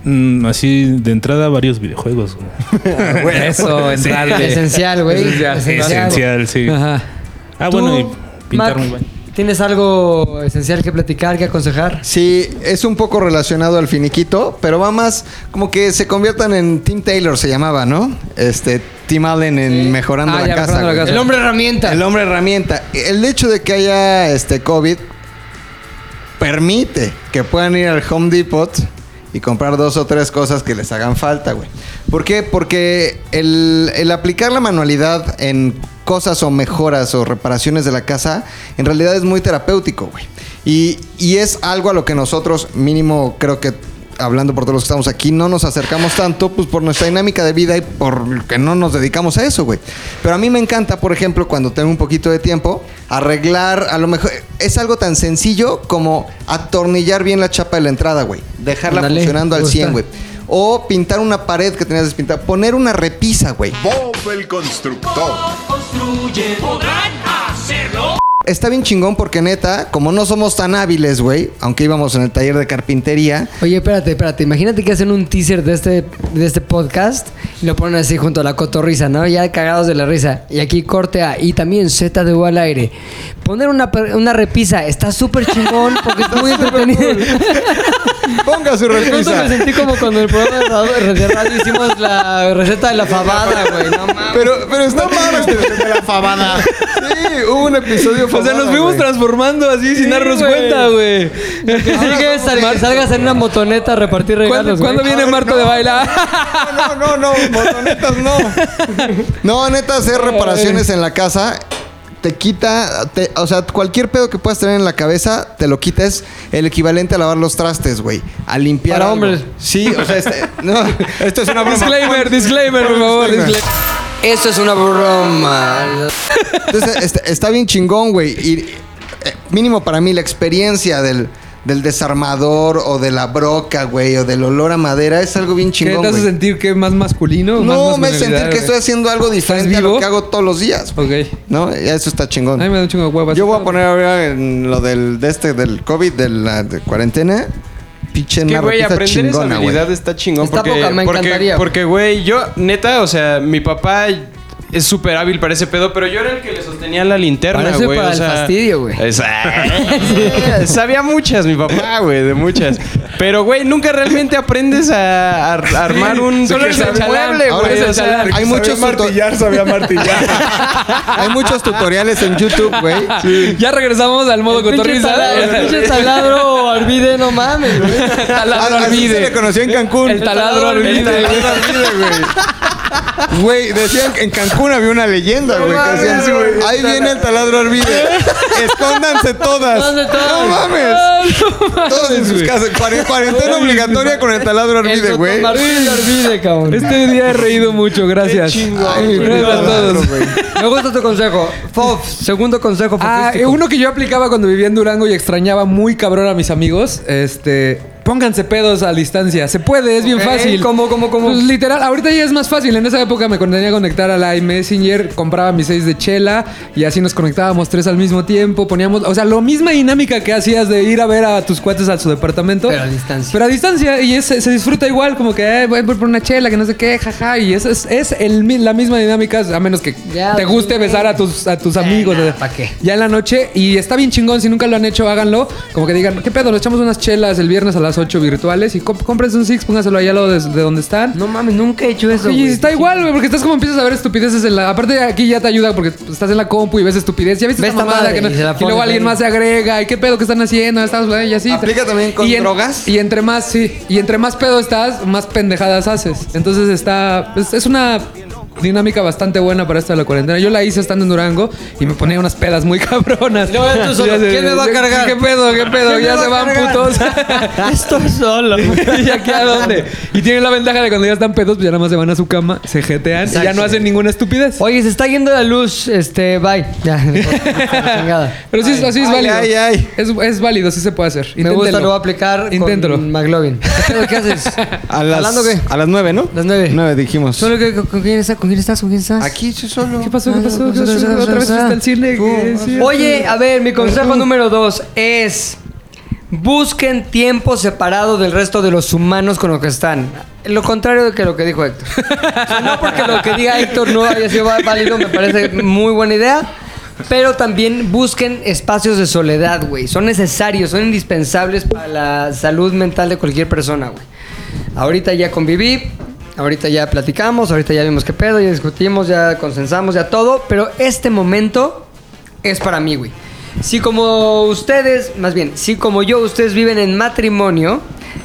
Mm, así de entrada, varios videojuegos. güey. Eso, entrarle. Esencial, güey. Esencial. Esencial, sí. Ajá. Ah, ¿Tú, bueno, y pintar Mac? un baño. ¿Tienes algo esencial que platicar, que aconsejar? Sí, es un poco relacionado al finiquito, pero va más como que se conviertan en Tim Taylor, se llamaba, ¿no? Este, Tim Allen en Mejorando, Ah, la, ya, casa, Mejorando la güey. Casa. El hombre herramienta. El hombre herramienta. El hecho de que haya este COVID permite que puedan ir al Home Depot y comprar dos o tres cosas que les hagan falta, güey. ¿Por qué? Porque el, el aplicar la manualidad en cosas o mejoras o reparaciones de la casa, en realidad es muy terapéutico, güey. Y, y es algo a lo que nosotros, mínimo, creo que hablando por todos los que estamos aquí, no nos acercamos tanto, pues por nuestra dinámica de vida y por que no nos dedicamos a eso, güey. Pero a mí me encanta, por ejemplo, cuando tengo un poquito de tiempo, arreglar, a lo mejor, es algo tan sencillo como atornillar bien la chapa de la entrada, güey. Dejarla Ándale, funcionando al me 100, güey. gusta. O pintar una pared que tenías despintada. Poner una repisa, güey. Bob el constructor. ¿Podrán hacerlo? Está bien chingón porque neta, como no somos tan hábiles, güey, aunque íbamos en el taller de carpintería, Oye, espérate, espérate. Imagínate que hacen un teaser de este, de este podcast y lo ponen así junto a la cotorrisa, ¿no? Ya cagados de la risa. Y aquí corte A. Y también Z de U al aire. Poner una, per- una repisa está súper chingón porque es <laughs> muy entretenido. Ponga <laughs> su De pronto me sentí como cuando en el programa de radio, de radio hicimos la receta de la fabada, güey. No mames. Pero, pero está mal de, la este fabada. Sí, hubo un episodio O sea, nos fabada, fuimos güey. transformando así sin darnos cuenta, güey. Que <laughs> sigue sal- que salgas en una motoneta a repartir ¿Cuándo, regalos, güey. Ah, cuándo viene Marta de bailar? No, no, no, motonetas no. No, neta, hacer reparaciones en la casa te quita, te- o sea, cualquier pedo que puedas tener en la cabeza, te lo quita. Es el equivalente a lavar los trastes, güey. A limpiar. Para algo. hombres. Sí, o sea, este- no, esto es una broma. disclaimer, disclaimer, por favor. disclaimer. Esto es una broma. Entonces, está, está bien chingón, güey. Y eh, mínimo para mí la experiencia del, del desarmador o de la broca, güey, o del olor a madera es algo bien ¿Qué chingón, te hace güey. sentir que más masculino? o <laughs> más No, me hace masculinidad, sentir que estoy güey? haciendo algo diferente a vivo? lo que hago todos los días. güey. Ok. ¿No? Ya Eso está chingón. A mí me da un chingo de huevas. Yo voy a poner ahora en lo del, de este, del COVID, de la de cuarentena. Pinche Que, una güey, repisa aprender chingona, esa güey. habilidad está chingón. Está porque, poca, me porque- encantaría. Porque, güey, yo, neta, o sea, mi papá es súper hábil para ese pedo, pero yo era el que le sostenía la linterna, Para eso y güey. para o el sea, fastidio, güey. esa- <laughs> Sabía muchas, mi papá, güey, de muchas. Pero, güey, nunca realmente aprendes a, a- a armar un solo eres el mueble, chalán. güey. Ahora eres o el sea, chalán. Hay muchos, sabía tuto- martillar, sabía martillar. hay muchos tutoriales en YouTube, güey. Ya regresamos al modo Pinche cotorriza. taladro, el <laughs> pinche taladro Arvide, no <laughs> mames, güey. taladro Así se arvide. le conoció en Cancún. El taladro El arvide. taladro arvide, güey. Güey, decían que en Cancún había una leyenda, güey. que decían, sí, güey, Ahí viene el taladro arvide. Escóndanse todas. ¿Dónde Ah, No todo? mames. Todos en sus casas. Cuare- Cuarentena obligatoria con el taladro arvide, güey. Martín Arvide, cabrón. Este día he reído mucho, gracias. Ay, güey, Gracias a taladro, todos. güey. Me gusta tu consejo. Fof, segundo consejo Ah, eh, fofístico. uno que yo aplicaba cuando vivía en Durango y extrañaba muy cabrón a mis amigos. Este, pónganse pedos a distancia. Se puede, es bien Ok, fácil. Eh, ¿cómo, cómo, cómo? Pues, literal, ahorita ya es más fácil. En esa época me tenía que conectar a la iMessenger, compraba mis seis de chela y así nos conectábamos tres al mismo tiempo. Poníamos, o sea, lo misma dinámica que hacías de ir a ver a tus cuates a su departamento. Pero a distancia. Pero a distancia y es- se disfruta igual, como que eh, voy por una chela, que no sé qué, jaja. Y es, es, es el mi- la misma dinámica, a menos que Ya, te guste güey. besar a tus, a tus amigos. nah, o sea, ¿pa' qué? ya en la noche y está bien chingón. Si nunca lo han hecho, háganlo. Como que digan, ¿qué pedo? Nos echamos unas chelas el viernes a las 8 virtuales y comp- cómprense un six, póngaselo allá al lado de, de donde están. No mames, nunca he hecho eso, y güey. está igual, güey, porque estás como empiezas a ver estupideces en la. Aparte, aquí ya te ayuda porque estás en la compu y ves estupidez. Ya viste Ves esta esta mamada madre que no- y se la y, luego pones alguien ahí. más se agrega. ¿Y qué pedo que están haciendo? Estamos eh, y así. ¿Aplica también con Y en- drogas? Y entre más, sí. Y entre más pedo estás, más pendejadas haces. Entonces está. Es, es una dinámica bastante buena para esta de la cuarentena. Yo la hice estando en Durango y me ponía unas pedas muy <laughs> cabronas. Yo, tú solo. Ya sé, ¿Quién me va a ¿qué- cargar? ¿Qué pedo? ¿Qué pedo? ¿Quién me Ya va se a van cargar? <laughs> putos. Estoy solo. <laughs> <laughs> ¿Y aquí a dónde? Y tienen la ventaja de cuando ya están pedos, pues ya nada más se van a su cama, se jetean y ya no hacen ninguna estupidez. Oye, se está yendo la luz. Este, bye. <laughs> Ya, la <laughs> chingada. Pero sí, es- así es Ay, válido. ay, ay. Es, es válido, sí se puede hacer. Me gusta, lo voy a aplicar Inténtelo. con McLovin. ¿Qué pedo, ¿Qué haces? A las, ¿Hablando qué? a las nueve, ¿no? Las nueve. Nueve dijimos. ¿Solo que, con, con quién estás? ¿Con quién estás? ¿Con quién estás? Aquí yo solo. ¿Qué pasó? ¿Qué pasó? ¿Qué pasó? ¿Otra vez fuiste al cine? ¿Qué? Sí. Oye, a ver, mi consejo número dos es busquen tiempo separado del resto de los humanos con lo que están. Lo contrario de que lo que dijo <laughs> Héctor. O sea, no porque lo que diga Héctor no haya sido válido, me parece muy buena idea. Pero también busquen espacios de soledad, güey. Son necesarios, son indispensables para la salud mental de cualquier persona, güey. Ahorita ya conviví, ahorita ya platicamos, ahorita ya vimos qué pedo, ya discutimos, ya consensamos, ya todo. Pero este momento es para mí, güey. Si como ustedes, más bien, si como yo, ustedes viven en matrimonio,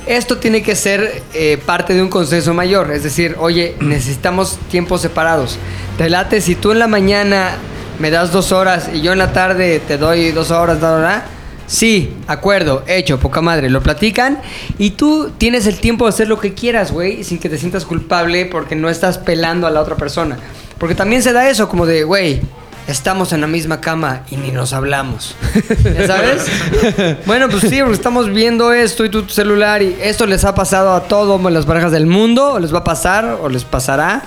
esto tiene que ser eh, parte de un consenso mayor. Es decir, oye, necesitamos tiempos separados. Te late, si tú en la mañana me das dos horas y yo en la tarde te doy dos horas, da, da, da. Sí, acuerdo, hecho, poca madre, lo platican y tú tienes el tiempo de hacer lo que quieras, güey, sin que te sientas culpable porque no estás pelando a la otra persona. Porque también se da eso, como de, güey, estamos en la misma cama y ni nos hablamos. <laughs> ¿Ya sabes? bueno, pues sí, porque estamos viendo esto y tu celular y esto les ha pasado a todas las parejas del mundo, o les va a pasar, o les pasará.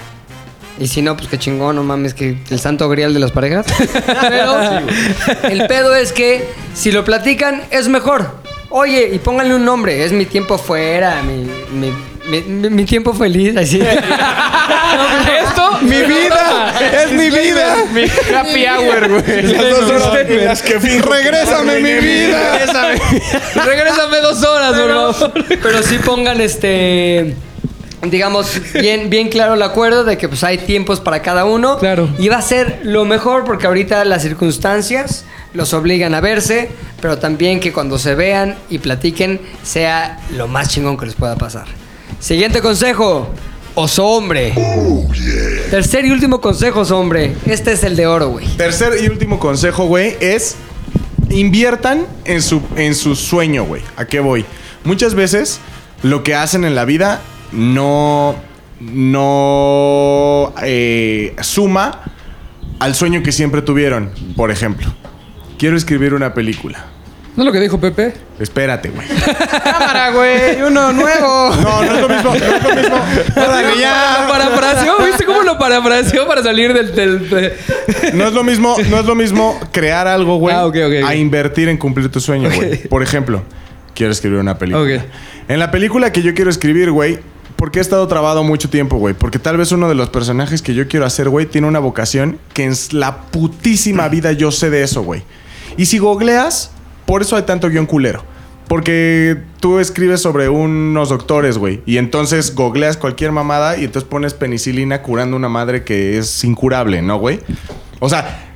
Y si no, pues qué chingón, no mames, que el santo grial de las parejas. <laughs> Pero el pedo es que si lo platican es mejor. Oye, y pónganle un nombre, es mi tiempo fuera, mi, mi, mi- mi- mi tiempo feliz, <laughs> así. Esto, <laughs> mi vida, es mi vida. Mi happy hour, güey. Las dos horas en las que finjo que Regrésame mi vida. Regrésame dos horas, pero, pero sí pongan este. Digamos, bien, bien claro el acuerdo de que pues hay tiempos para cada uno. Claro. Y va a ser lo mejor porque ahorita las circunstancias los obligan a verse, pero también que cuando se vean y platiquen sea lo más chingón que les pueda pasar. Siguiente consejo, oso hombre. Tercer y último consejo, oso hombre. Este es el de oro, güey. Tercer y último consejo, güey, es inviertan en su, en su sueño, güey. ¿A qué voy? Muchas veces lo que hacen en la vida no, no eh, suma al sueño que siempre tuvieron. Por ejemplo, quiero escribir una película. ¿No es lo que dijo Pepe? Espérate, güey. Cámara, güey. Uno nuevo. No, no es lo mismo, no es lo mismo. Órale, ya. Lo parafraseó, ¿viste cómo lo parafraseó para salir del... del- de- No es lo mismo, no es lo mismo crear algo, güey, Ah, ok, ok, ok. a invertir en cumplir tu sueño, güey. Por ejemplo, quiero escribir una película. Ok. En la película que yo quiero escribir, güey, porque he estado trabado mucho tiempo, güey? Porque tal vez uno de los personajes que yo quiero hacer, güey, tiene una vocación que en la putísima vida yo sé de eso, güey. Y si googleas, por eso hay tanto guión culero. Porque tú escribes sobre unos doctores, güey. Y entonces googleas cualquier mamada y entonces pones penicilina curando una madre que es incurable, ¿no, güey? O sea,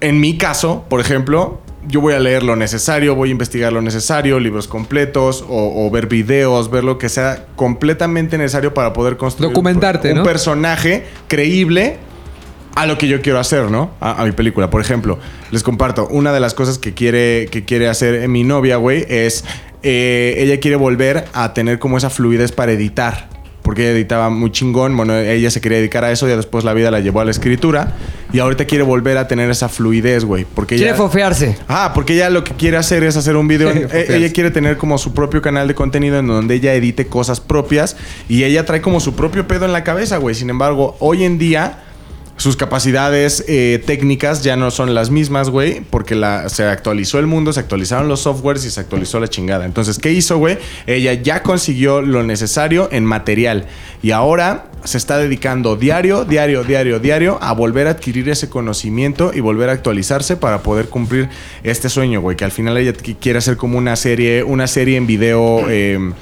en mi caso, por ejemplo, yo voy a leer lo necesario, voy a investigar lo necesario, libros completos o, o ver videos, ver lo que sea completamente necesario para poder construir Documentarte, un, un ¿no? personaje creíble a lo que yo quiero hacer, ¿no? A, a mi película. Por ejemplo, les comparto, una de las cosas que quiere, que quiere hacer mi novia, güey, es eh, ella quiere volver a tener como esa fluidez para editar. Porque ella editaba muy chingón, bueno, ella se quería dedicar a eso, ya después la vida la llevó a la escritura. Y ahorita quiere volver a tener esa fluidez, güey. Porque Quiere ella- fofearse. Ah, porque ella lo que quiere hacer es hacer un video. Quiere Eh, ella quiere tener como su propio canal de contenido en donde ella edite cosas propias y ella trae como su propio pedo en la cabeza, güey. Sin embargo, hoy en día sus capacidades eh, técnicas ya no son las mismas, güey, porque la, se actualizó el mundo, se actualizaron los softwares y se actualizó la chingada. Entonces, ¿qué hizo, güey? Ella ya consiguió lo necesario en material y ahora se está dedicando diario, diario, diario, diario a volver a adquirir ese conocimiento y volver a actualizarse para poder cumplir este sueño, güey, que al final ella qu- quiere hacer como una serie, una serie en video. eh,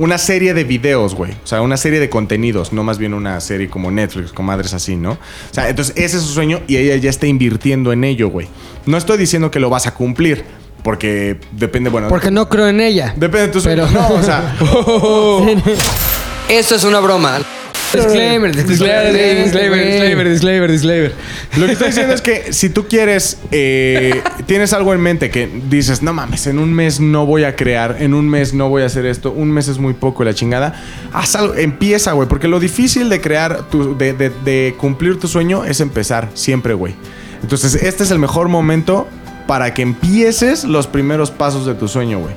una serie de videos, güey. O sea, una serie de contenidos, no más bien una serie como Netflix, comadres así, ¿no? O sea, entonces ese es su sueño y ella ya está invirtiendo en ello, güey. No estoy diciendo que lo vas a cumplir, porque depende, bueno. Porque no creo en ella. Depende de tu sueño. Pero- No, o sea. <laughs> Esto es una broma. Disclaimer, Disclaimer, disclaimer, disclaimer, disclaimer, disclaimer. Lo que estoy diciendo es que si tú quieres, eh, tienes algo en mente que dices, no mames, en un mes no voy a crear, en un mes no voy a hacer esto, un mes es muy poco y la chingada, haz algo, empieza, güey, porque lo difícil de crear, tu- de, de- de cumplir tu sueño es empezar, siempre, güey. Entonces, este es el mejor momento para que empieces los primeros pasos de tu sueño, güey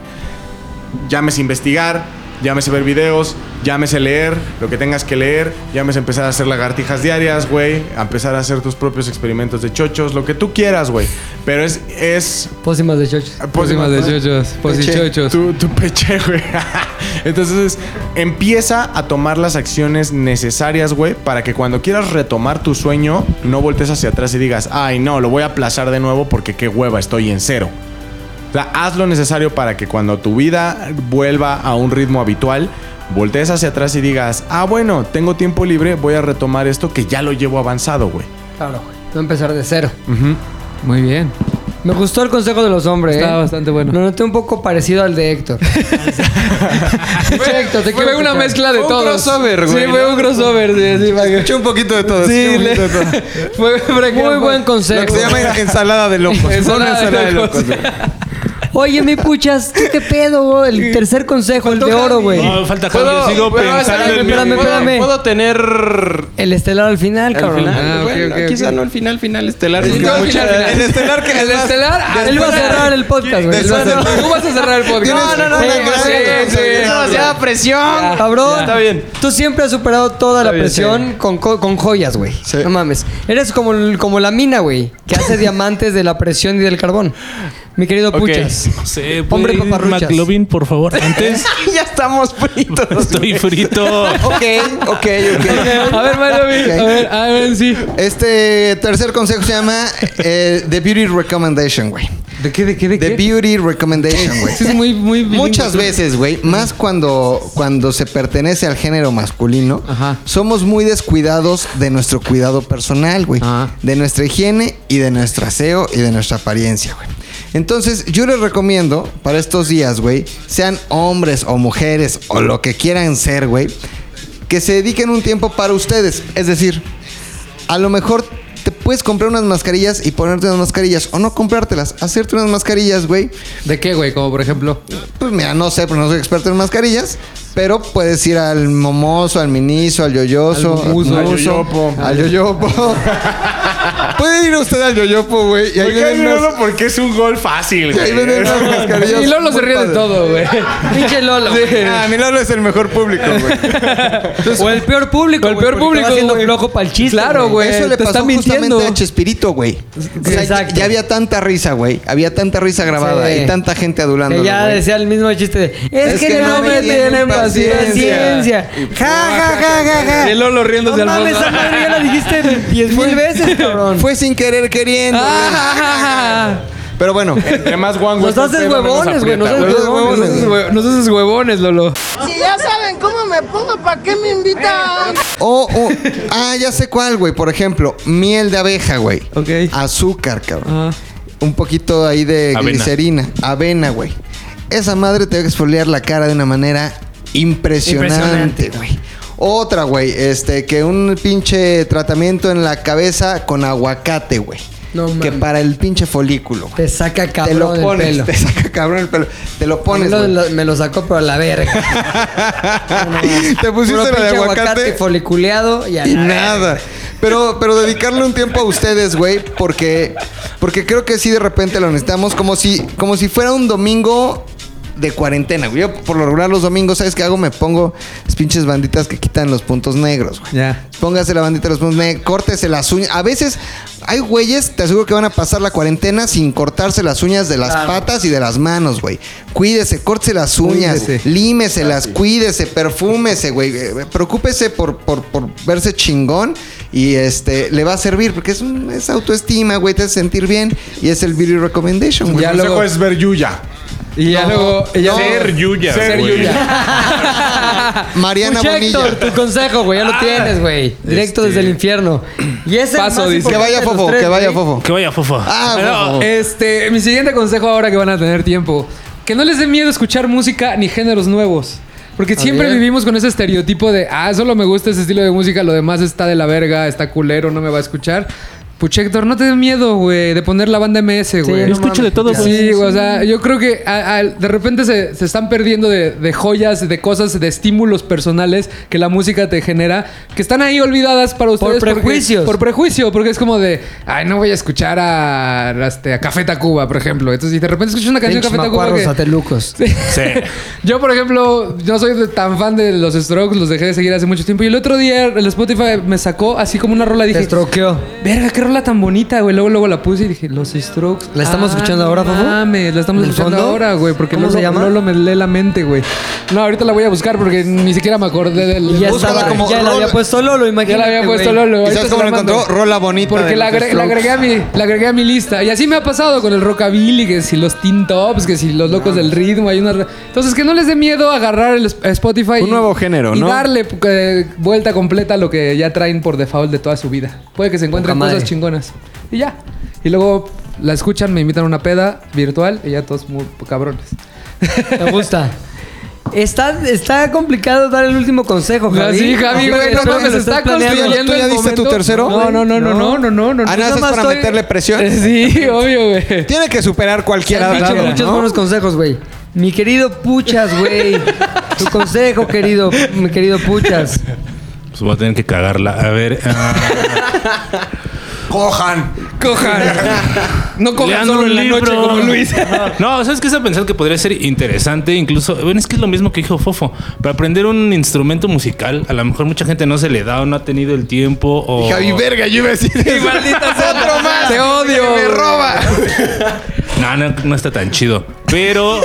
llámese investigar, llámese ver videos, llámese leer lo que tengas que leer, llámese empezar a hacer lagartijas diarias, güey, a empezar a hacer tus propios experimentos de chochos, lo que tú quieras, güey. Pero es. es Pócimas de chochos. Ah, Pócimas de pues, chochos, posichochos. Tu, tu peche, <laughs> güey. Entonces, empieza a tomar las acciones necesarias, güey, para que cuando quieras retomar tu sueño, no voltees hacia atrás y digas, ay, no, lo voy a aplazar de nuevo porque qué hueva, estoy en cero. O sea, haz lo necesario para que cuando tu vida vuelva a un ritmo habitual, voltees hacia atrás y digas, ah, bueno, tengo tiempo libre, voy a retomar esto que ya lo llevo avanzado, güey. Claro, güey. No empezar de cero. Mm. Muy bien. Me gustó el consejo de los hombres. Estaba ¿eh? bastante bueno. Lo noté un poco parecido al de <laughs> Héctor. Héctor, te Fue quiero una escuchar. mezcla de Fue un todos. crossover, güey, Sí, fue ¿no? un crossover. Sí, sí, para que- Escuché un poquito de todo. Sí, escuché un le- poquito de todo. <laughs> fue por ejemplo, Muy buen consejo. Lo que se llama ensalada de locos. Fue Ensalada una de ensalada de locos. locos, güey. Oye, mi puchas, ¿tú qué pedo, güey? El tercer consejo, el de oro, güey. Ah. No, falta Javi. Puedo- Sigo pero pensando en mí. espérame, ¿Puedo- espérame. Puedo tener El estelar al final, Al cabrón. final, Ah, ok, bueno, ok, quizá ok. no el final, final estelar. Sí, porque no, al mucha- final, final. este- El estelar que El es más- estelar, Él ah, va a después- cerrar el podcast, güey. Él va a Después- cerrar- Tú vas a cerrar el podcast. Tienes- No, no, no, Sí, no, sí, ah, gracias, sí, güey, sí. demasiada presión. Cabrón, Está bien. tú siempre has superado toda la bien, presión sí. con, co- con joyas, güey. Sí. No mames. Eres como, el- como la mina, güey, que hace diamantes de la presión y del carbón. Mi querido Ok. Puchas. No sé, Hombre hombre paparruchas. McLovin, por favor. Antes ya estamos fritos. <laughs> estoy frito. Ok, ok, ok. A ver, Mario, a ver, a ver, sí. Este tercer consejo se llama eh, The Beauty Recommendation, güey. ¿De qué, de qué, de The Beauty Recommendation, güey. Sí, es muy, muy bilingüe. Muchas veces, güey, más cuando, cuando se pertenece al género masculino, Ajá. somos muy descuidados de nuestro cuidado personal, güey. Ajá. De nuestra higiene y de nuestro aseo y de nuestra apariencia, güey. Entonces, yo les recomiendo para estos días, güey, sean hombres o mujeres o lo que quieran ser, güey, que se dediquen un tiempo para ustedes. Es decir, a lo mejor te puedes comprar unas mascarillas y ponerte unas mascarillas o no comprártelas, hacerte unas mascarillas, güey. ¿De qué, güey? Como por ejemplo. Pues mira, no sé, pero no soy experto en mascarillas. Pero puedes ir al momoso, al miniso, al yoyoso, Al muso. al yoyopo. <laughs> Al yoyopo. Puede ir usted al yoyopo, güey. Y ahí Oigan, venden unas, no, porque es un gol fácil, <laughs> y ahí güey. venden unas <laughs> mascarillas. Y Lolo se muy ríe de padres. todo, güey. <laughs> Pinche Lolo. <laughs> güey. Ah, mi Lolo es el mejor público, güey. o el peor público. O el güey, porque te va peor público, haciendo güey. flojo para el chiste. Claro, güey. Eso le te pasó está mintiendo. justamente a Chespirito, güey. O sea, ya, Exacto. ya había tanta risa, güey. Había tanta risa grabada Sí. y tanta gente adulándolo, Que ya güey. decía el mismo chiste de, es, que, no me tienen paciencia. Ja, ja, ja, ja, ja. Y el Lolo riéndose No al mames, fondo. esa <laughs> madre ya la dijiste diez mil veces, cabrón. Fue sin querer queriendo. Ah, güey. Pero bueno, Entre más guango Nos estés, haces pedo, menos huevones, güey, nos aprieta, haces huevones, no seas hue- no seas huevones, Lolo. Si ya saben cómo me pongo, ¿para qué me invitan? O, o- ah, ya sé cuál, güey. Por ejemplo, miel de abeja, güey. Ok. Azúcar, cabrón. Ah. Un poquito ahí de Avena. glicerina. Avena, güey. Esa madre te va a exfoliar la cara de una manera impresionante, güey. Otra, güey, este, que un pinche tratamiento en la cabeza con aguacate, güey. No que mames. para el pinche folículo, güey. Te saca Te lo cabrón el pones, pelo. <laughs> te saca cabrón el pelo. Te lo pones, Lo- güey. lo- me lo sacó, pero a la verga. <laughs> Te Puro pusiste la de pinche aguacate foliculeado y a Y la nada. Pero, pero dedicarle un tiempo a ustedes, güey, porque, porque creo que sí de repente lo necesitamos como si, como si fuera un domingo de cuarentena, güey. Yo por lo regular los domingos, ¿sabes qué hago? Me pongo las pinches banditas que quitan los puntos negros, güey. Ya. Póngase la bandita de los puntos negros, córtese las uñas. A veces hay güeyes, te aseguro que van a pasar la cuarentena sin cortarse las uñas de las patas y de las manos, güey. Cuídese, córtese las uñas, Cuídese. límeselas, cuídese, perfúmese, güey. Eh, Preocúpese por, por, por verse chingón y este le va a servir porque es, un- es autoestima, güey, te hace sentir bien y es el beauty recommendation, güey. Ya El consejo luego- es ver Yuya. Y ya luego. y ya luego- Ser Yuya, Ser güey. Yuya. Mariana Pucha, Bonilla. Héctor, tu consejo, güey, ya lo tienes, güey. Directo desde el infierno. Y ese Paso, dice. Que vaya fofo, que vaya fofo. Que vaya, fofa. Ah, Bueno, fofo. este, mi siguiente consejo ahora que van a tener tiempo. Que no les dé miedo escuchar música ni géneros nuevos. Porque siempre bien. vivimos con ese estereotipo de, ah, solo me gusta ese estilo de música, lo demás está de la verga, está culero, no me va a escuchar. Pucha, Héctor, no te dé miedo, güey, de poner la banda MS, güey. no Escucho de todo, Ya. güey. Pues Sí, güey, o sea, yo creo que a- a- de repente se, se están perdiendo de, de joyas, de cosas, de estímulos personales que la música te genera, que están ahí olvidadas para ustedes. porque- prejuicios. por prejuicio, porque es como de, ay, no voy a escuchar a, este, a Café Tacuba, por ejemplo. Entonces, si de repente escuchas una canción de Pinches Café Tacuba... macuarros que- <laughs> satelucos. Sí. yo, por ejemplo, no soy de- tan fan de los Strokes, los dejé de seguir hace mucho tiempo. Y el otro día el Spotify me sacó así como una rola y Te dije... estroqueó. Verga, qué rola rola tan bonita, güey. Luego, luego la puse y dije, los Strokes. Ah, ¿La estamos escuchando ahora, Fofo? Mames, la estamos ¿En el escuchando fondo? ahora, güey. Porque ¿Cómo Lolo, se llama? Lolo me lee la mente, güey. No, ahorita la voy a buscar porque ni siquiera me acordé del. Ya Búscala estaba, como ya la había rola- puesto Lolo, Ya imagínate. la había puesto güey. Lolo. ¿Y ahorita sabes se cómo la lo mando. encontró? Rola bonita. Porque de la, los agre- la Strokes. agregué a mi, la agregué a mi lista. Y así me ha pasado con el rockabilly, que si los teen tops, que si los locos del ritmo, hay una. Entonces que no les dé miedo agarrar el Sp- Spotify. Un y- nuevo género, y ¿no? darle eh, vuelta completa a lo que ya traen por default de toda su vida. Puede que se encuentren Poca madre. cosas chingonas. Y ya. Y luego la escuchan, me invitan a una peda virtual y ya todos muy cabrones. Me gusta. Está, está complicado dar el último consejo, Javi. Así, Ah, Javi, güey, no Espero que mames, lo está estés planeando. construyendo ¿Tú ya el diste tu momento. tercero? No, no, no, no, no, no, no. no, Ah, Yo no, eso es nada más para estoy- meterle presión. <laughs> Sí, obvio, güey. Tiene que superar cualquier Has Ah, dicho muchos buenos consejos, güey. Mi querido Puchas, güey. tu consejo, querido, mi querido Puchas. Pues voy a tener que cagarla. A ver. ah. Cojan. <laughs> Cojan. No cojan Leando solo un en la libro. noche como <laughs> Luis. <laughs> No, ¿sabes qué? Es a pensar que podría ser interesante, incluso. Bueno, es que es lo mismo que dijo Fofo. Para aprender un instrumento musical, a lo mejor mucha gente no se le da o no ha tenido el tiempo. O... Javi, verga, yo iba a decir eso. otro más. Te odio. Me roba. No, no, no está tan chido. <laughs> Pero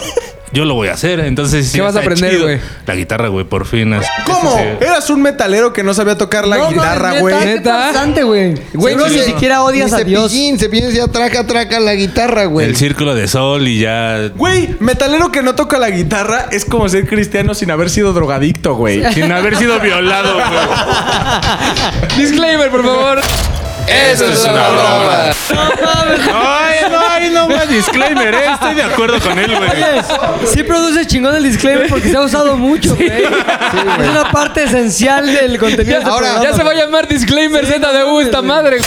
yo lo voy a hacer. Entonces, sí ¿Qué vas a está aprender, chido. güey? Eh, La guitarra, güey, por fin. así- ¿Cómo? Sí. Eras un metalero que no sabía tocar la No, guitarra, mames, güey. neta, qué bastante, güey. Güey, Seguro no ni que- siquiera odias ni a Dios. Cepillín, Cepillín ya traca, traca la guitarra, güey. El círculo de sol y ya. Güey, metalero que no toca la guitarra es como ser cristiano sin haber sido drogadicto, güey. Sin haber <laughs> sido violado, güey. Disclaimer, por favor. Eso es una broma. Ay, no, ay, no más disclaimer, ¿eh? Estoy de acuerdo con él, güey. Oye, <laughs> Sí produce chingón el disclaimer porque se ha usado mucho, güey. es una parte esencial del contenido. este Ya, Ahora, ya se va a llamar Disclaimer ZDU esta madre.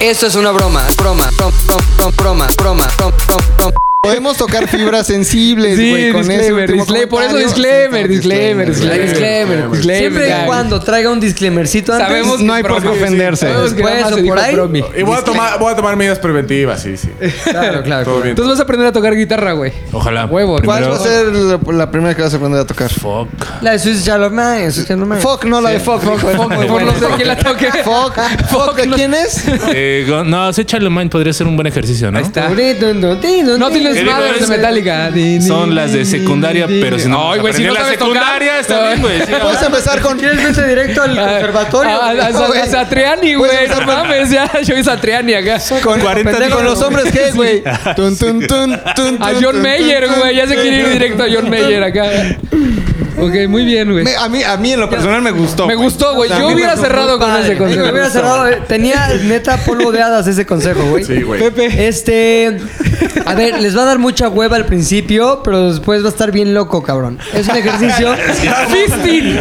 Esto es una broma, broma, broma, broma, broma, broma, broma, broma. <laughs> Podemos tocar fibras sensibles, Sí, güey, con ese disclaimer, último disclaimer. Por eso comentario. disclaimer, disclaimer, disclaimer. Disclaimer, Siempre y Gaby. cuando traiga un disclaimercito antes. Sabemos que No hay por qué promi. ofenderse. Sabemos que Pues, nada más o se por dijo ahí. promi. <laughs> Y voy a, tomar, voy a tomar medidas preventivas, sí, sí. Eh, Claro, claro. Todo bien. Entonces vas a aprender a tocar guitarra, güey. Ojalá. Huevo. ¿Cuál Primero- va a ser la, la primera que vas a aprender a tocar? Fuck. La de Swiss Charlemagne, Swiss Charlemagne. Fuck, no la de fuck. Fuck, fuck, Por no sé quién la toque. fuck, ¿de quién es? Eh, go- no, ese Charlemagne podría ser un buen ejercicio, ¿no? Ahí está. No No tienes digo, madres de es- Metallica. Di, di, Son las de di, secundaria, di, pero di. si no. Ay, güey, si aprendí no la sabes tocar. Pues secundaria está <laughs> bien, güey. sí, Puedes empezar con... ¿Quieres vete directo al Ah, conservatorio? A, a- güey? a- <laughs> a Satriani, güey. No mames, ya. <laughs> Yo vi Satriani acá. Con, 40 pendejo, ¿con los ah, <laughs> hombres, ¿qué, güey? Tun, tun, tun, tun, A tun, John tun, Mayer, tun, güey. Ya se tun, quiere ir tun. directo a John Mayer acá. Ok, muy bien, güey. Me- a, mí, a mí en lo personal me gustó. Me güey. gustó, güey. O sea, a Yo mí me hubiera gustó. cerrado con ese Ay, consejo. me hubiera cerrado. eh, <laughs> Tenía neta polvo de hadas ese consejo, güey. Sí, güey. Pepe. Este. A ver, les va a dar mucha hueva al principio, pero después va a estar bien loco, cabrón. Es un <laughs> ejercicio. ¡Fisting!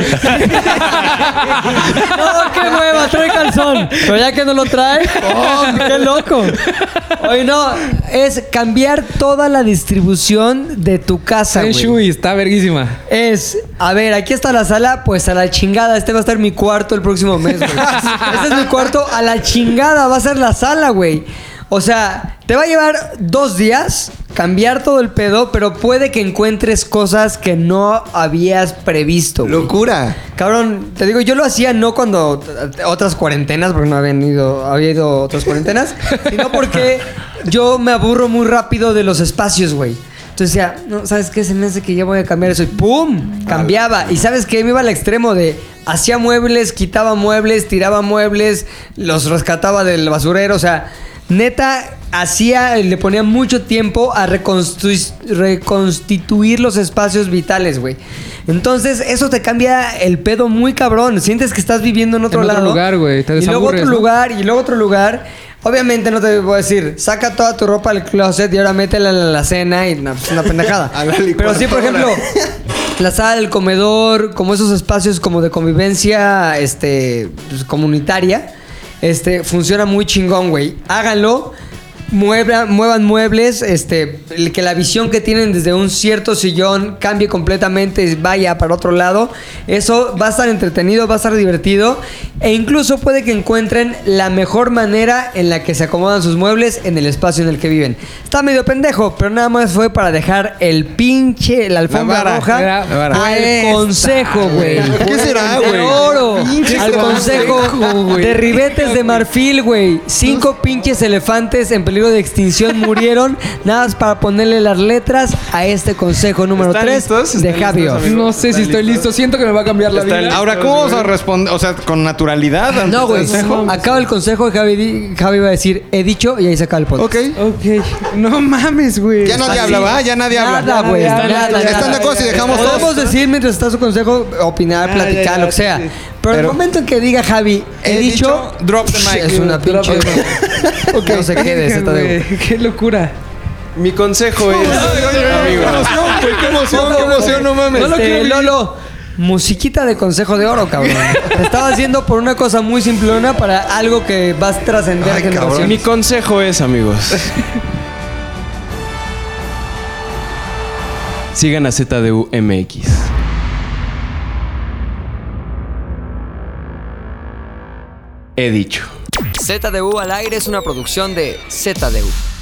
¡No, qué hueva! Trae calzón. Pero ya que no lo trae, ¡oh, qué loco! Oye, no, es cambiar toda la distribución de tu casa, En güey. Shui, está verguísima. Es, a ver, aquí está la sala, pues a la chingada. Este va a estar mi cuarto el próximo mes, güey. Este es mi cuarto, a la chingada va a ser la sala, güey. O sea, te va a llevar dos días cambiar todo el pedo, pero puede que encuentres cosas que no habías previsto. güey. Locura. Cabrón, te digo, yo lo hacía no cuando eh, otras cuarentenas, porque no habían ido, había ido otras cuarentenas, sino porque yo me aburro muy rápido de los espacios, güey. Entonces decía, no, ¿sabes qué? Se me hace que ya voy a cambiar eso. Y ¡pum! Cambiaba. Y ¿sabes qué? Me iba al extremo de hacía muebles, quitaba muebles, tiraba muebles, los rescataba del basurero. O sea, neta, hacía, le ponía mucho tiempo a reconstru- reconstituir los espacios vitales, güey. Entonces, eso te cambia el pedo muy cabrón. Sientes que estás viviendo en otro En otro lado. lugar, güey. Te Y luego otro desaburres, ¿no? lugar, y luego otro lugar. Obviamente no te voy a decir, saca toda tu ropa del closet y ahora métela en la cena y no, es una pendejada. A la Pero sí, por ejemplo, <laughs> la sala, el comedor, como esos espacios como de convivencia este, pues, comunitaria, este, funciona muy chingón, güey. Háganlo. muebla- muevan muebles, este, el que la visión que tienen desde un cierto sillón cambie completamente y vaya para otro lado. Eso va a estar entretenido, va a estar divertido e incluso puede que encuentren la mejor manera en la que se acomodan sus muebles en el espacio en el que viven. Está medio pendejo, pero nada más fue para dejar el pinche, la alfombra vara. roja Era- la vara. al Ahí consejo, güey. ¿Qué será, De güey? oro. Pinche Al consejo, consejo güey. de ribetes de marfil, güey. Cinco pinches elefantes en peligro de extinción <laughs> murieron. Nada más para ponerle las letras a este consejo número 3 de Javio. No sé si estoy listo. Siento que me va a cambiar la vida. Ahora, ¿cómo vamos a responder? O sea, con naturalidad. ante No, el güey. consejo? Acaba el consejo y Javi, di- Javi va a decir, he dicho y ahí se acaba el podcast. Ok. No mames, güey. Ya nadie Así. habla, ¿va? Ya nadie habla. Nada, güey. Están- nada, nada. Están de acuerdo si dejamos Podemos todos. decir mientras está su consejo, opinar, Ah, platicar, ya, ya, lo que sea. sí. Pero, el Pero- momento en que diga Javi, he, He dicho, dicho, drop the mic. Es una Drop pinche. No se quede, se está de- Güey, Qué locura. Mi consejo es. ¡Qué emoción, güey! ¡Qué emoción, qué emoción! ¡No mames! Este, Lolo, musiquita de consejo de oro, <laughs> cabrón. Te estabas yendo por una cosa muy simplona para algo que vas a trascender generaciones. Mi consejo es, amigos. Sigan a ZDU MX. He dicho. ZDU al aire es una producción de ZDU.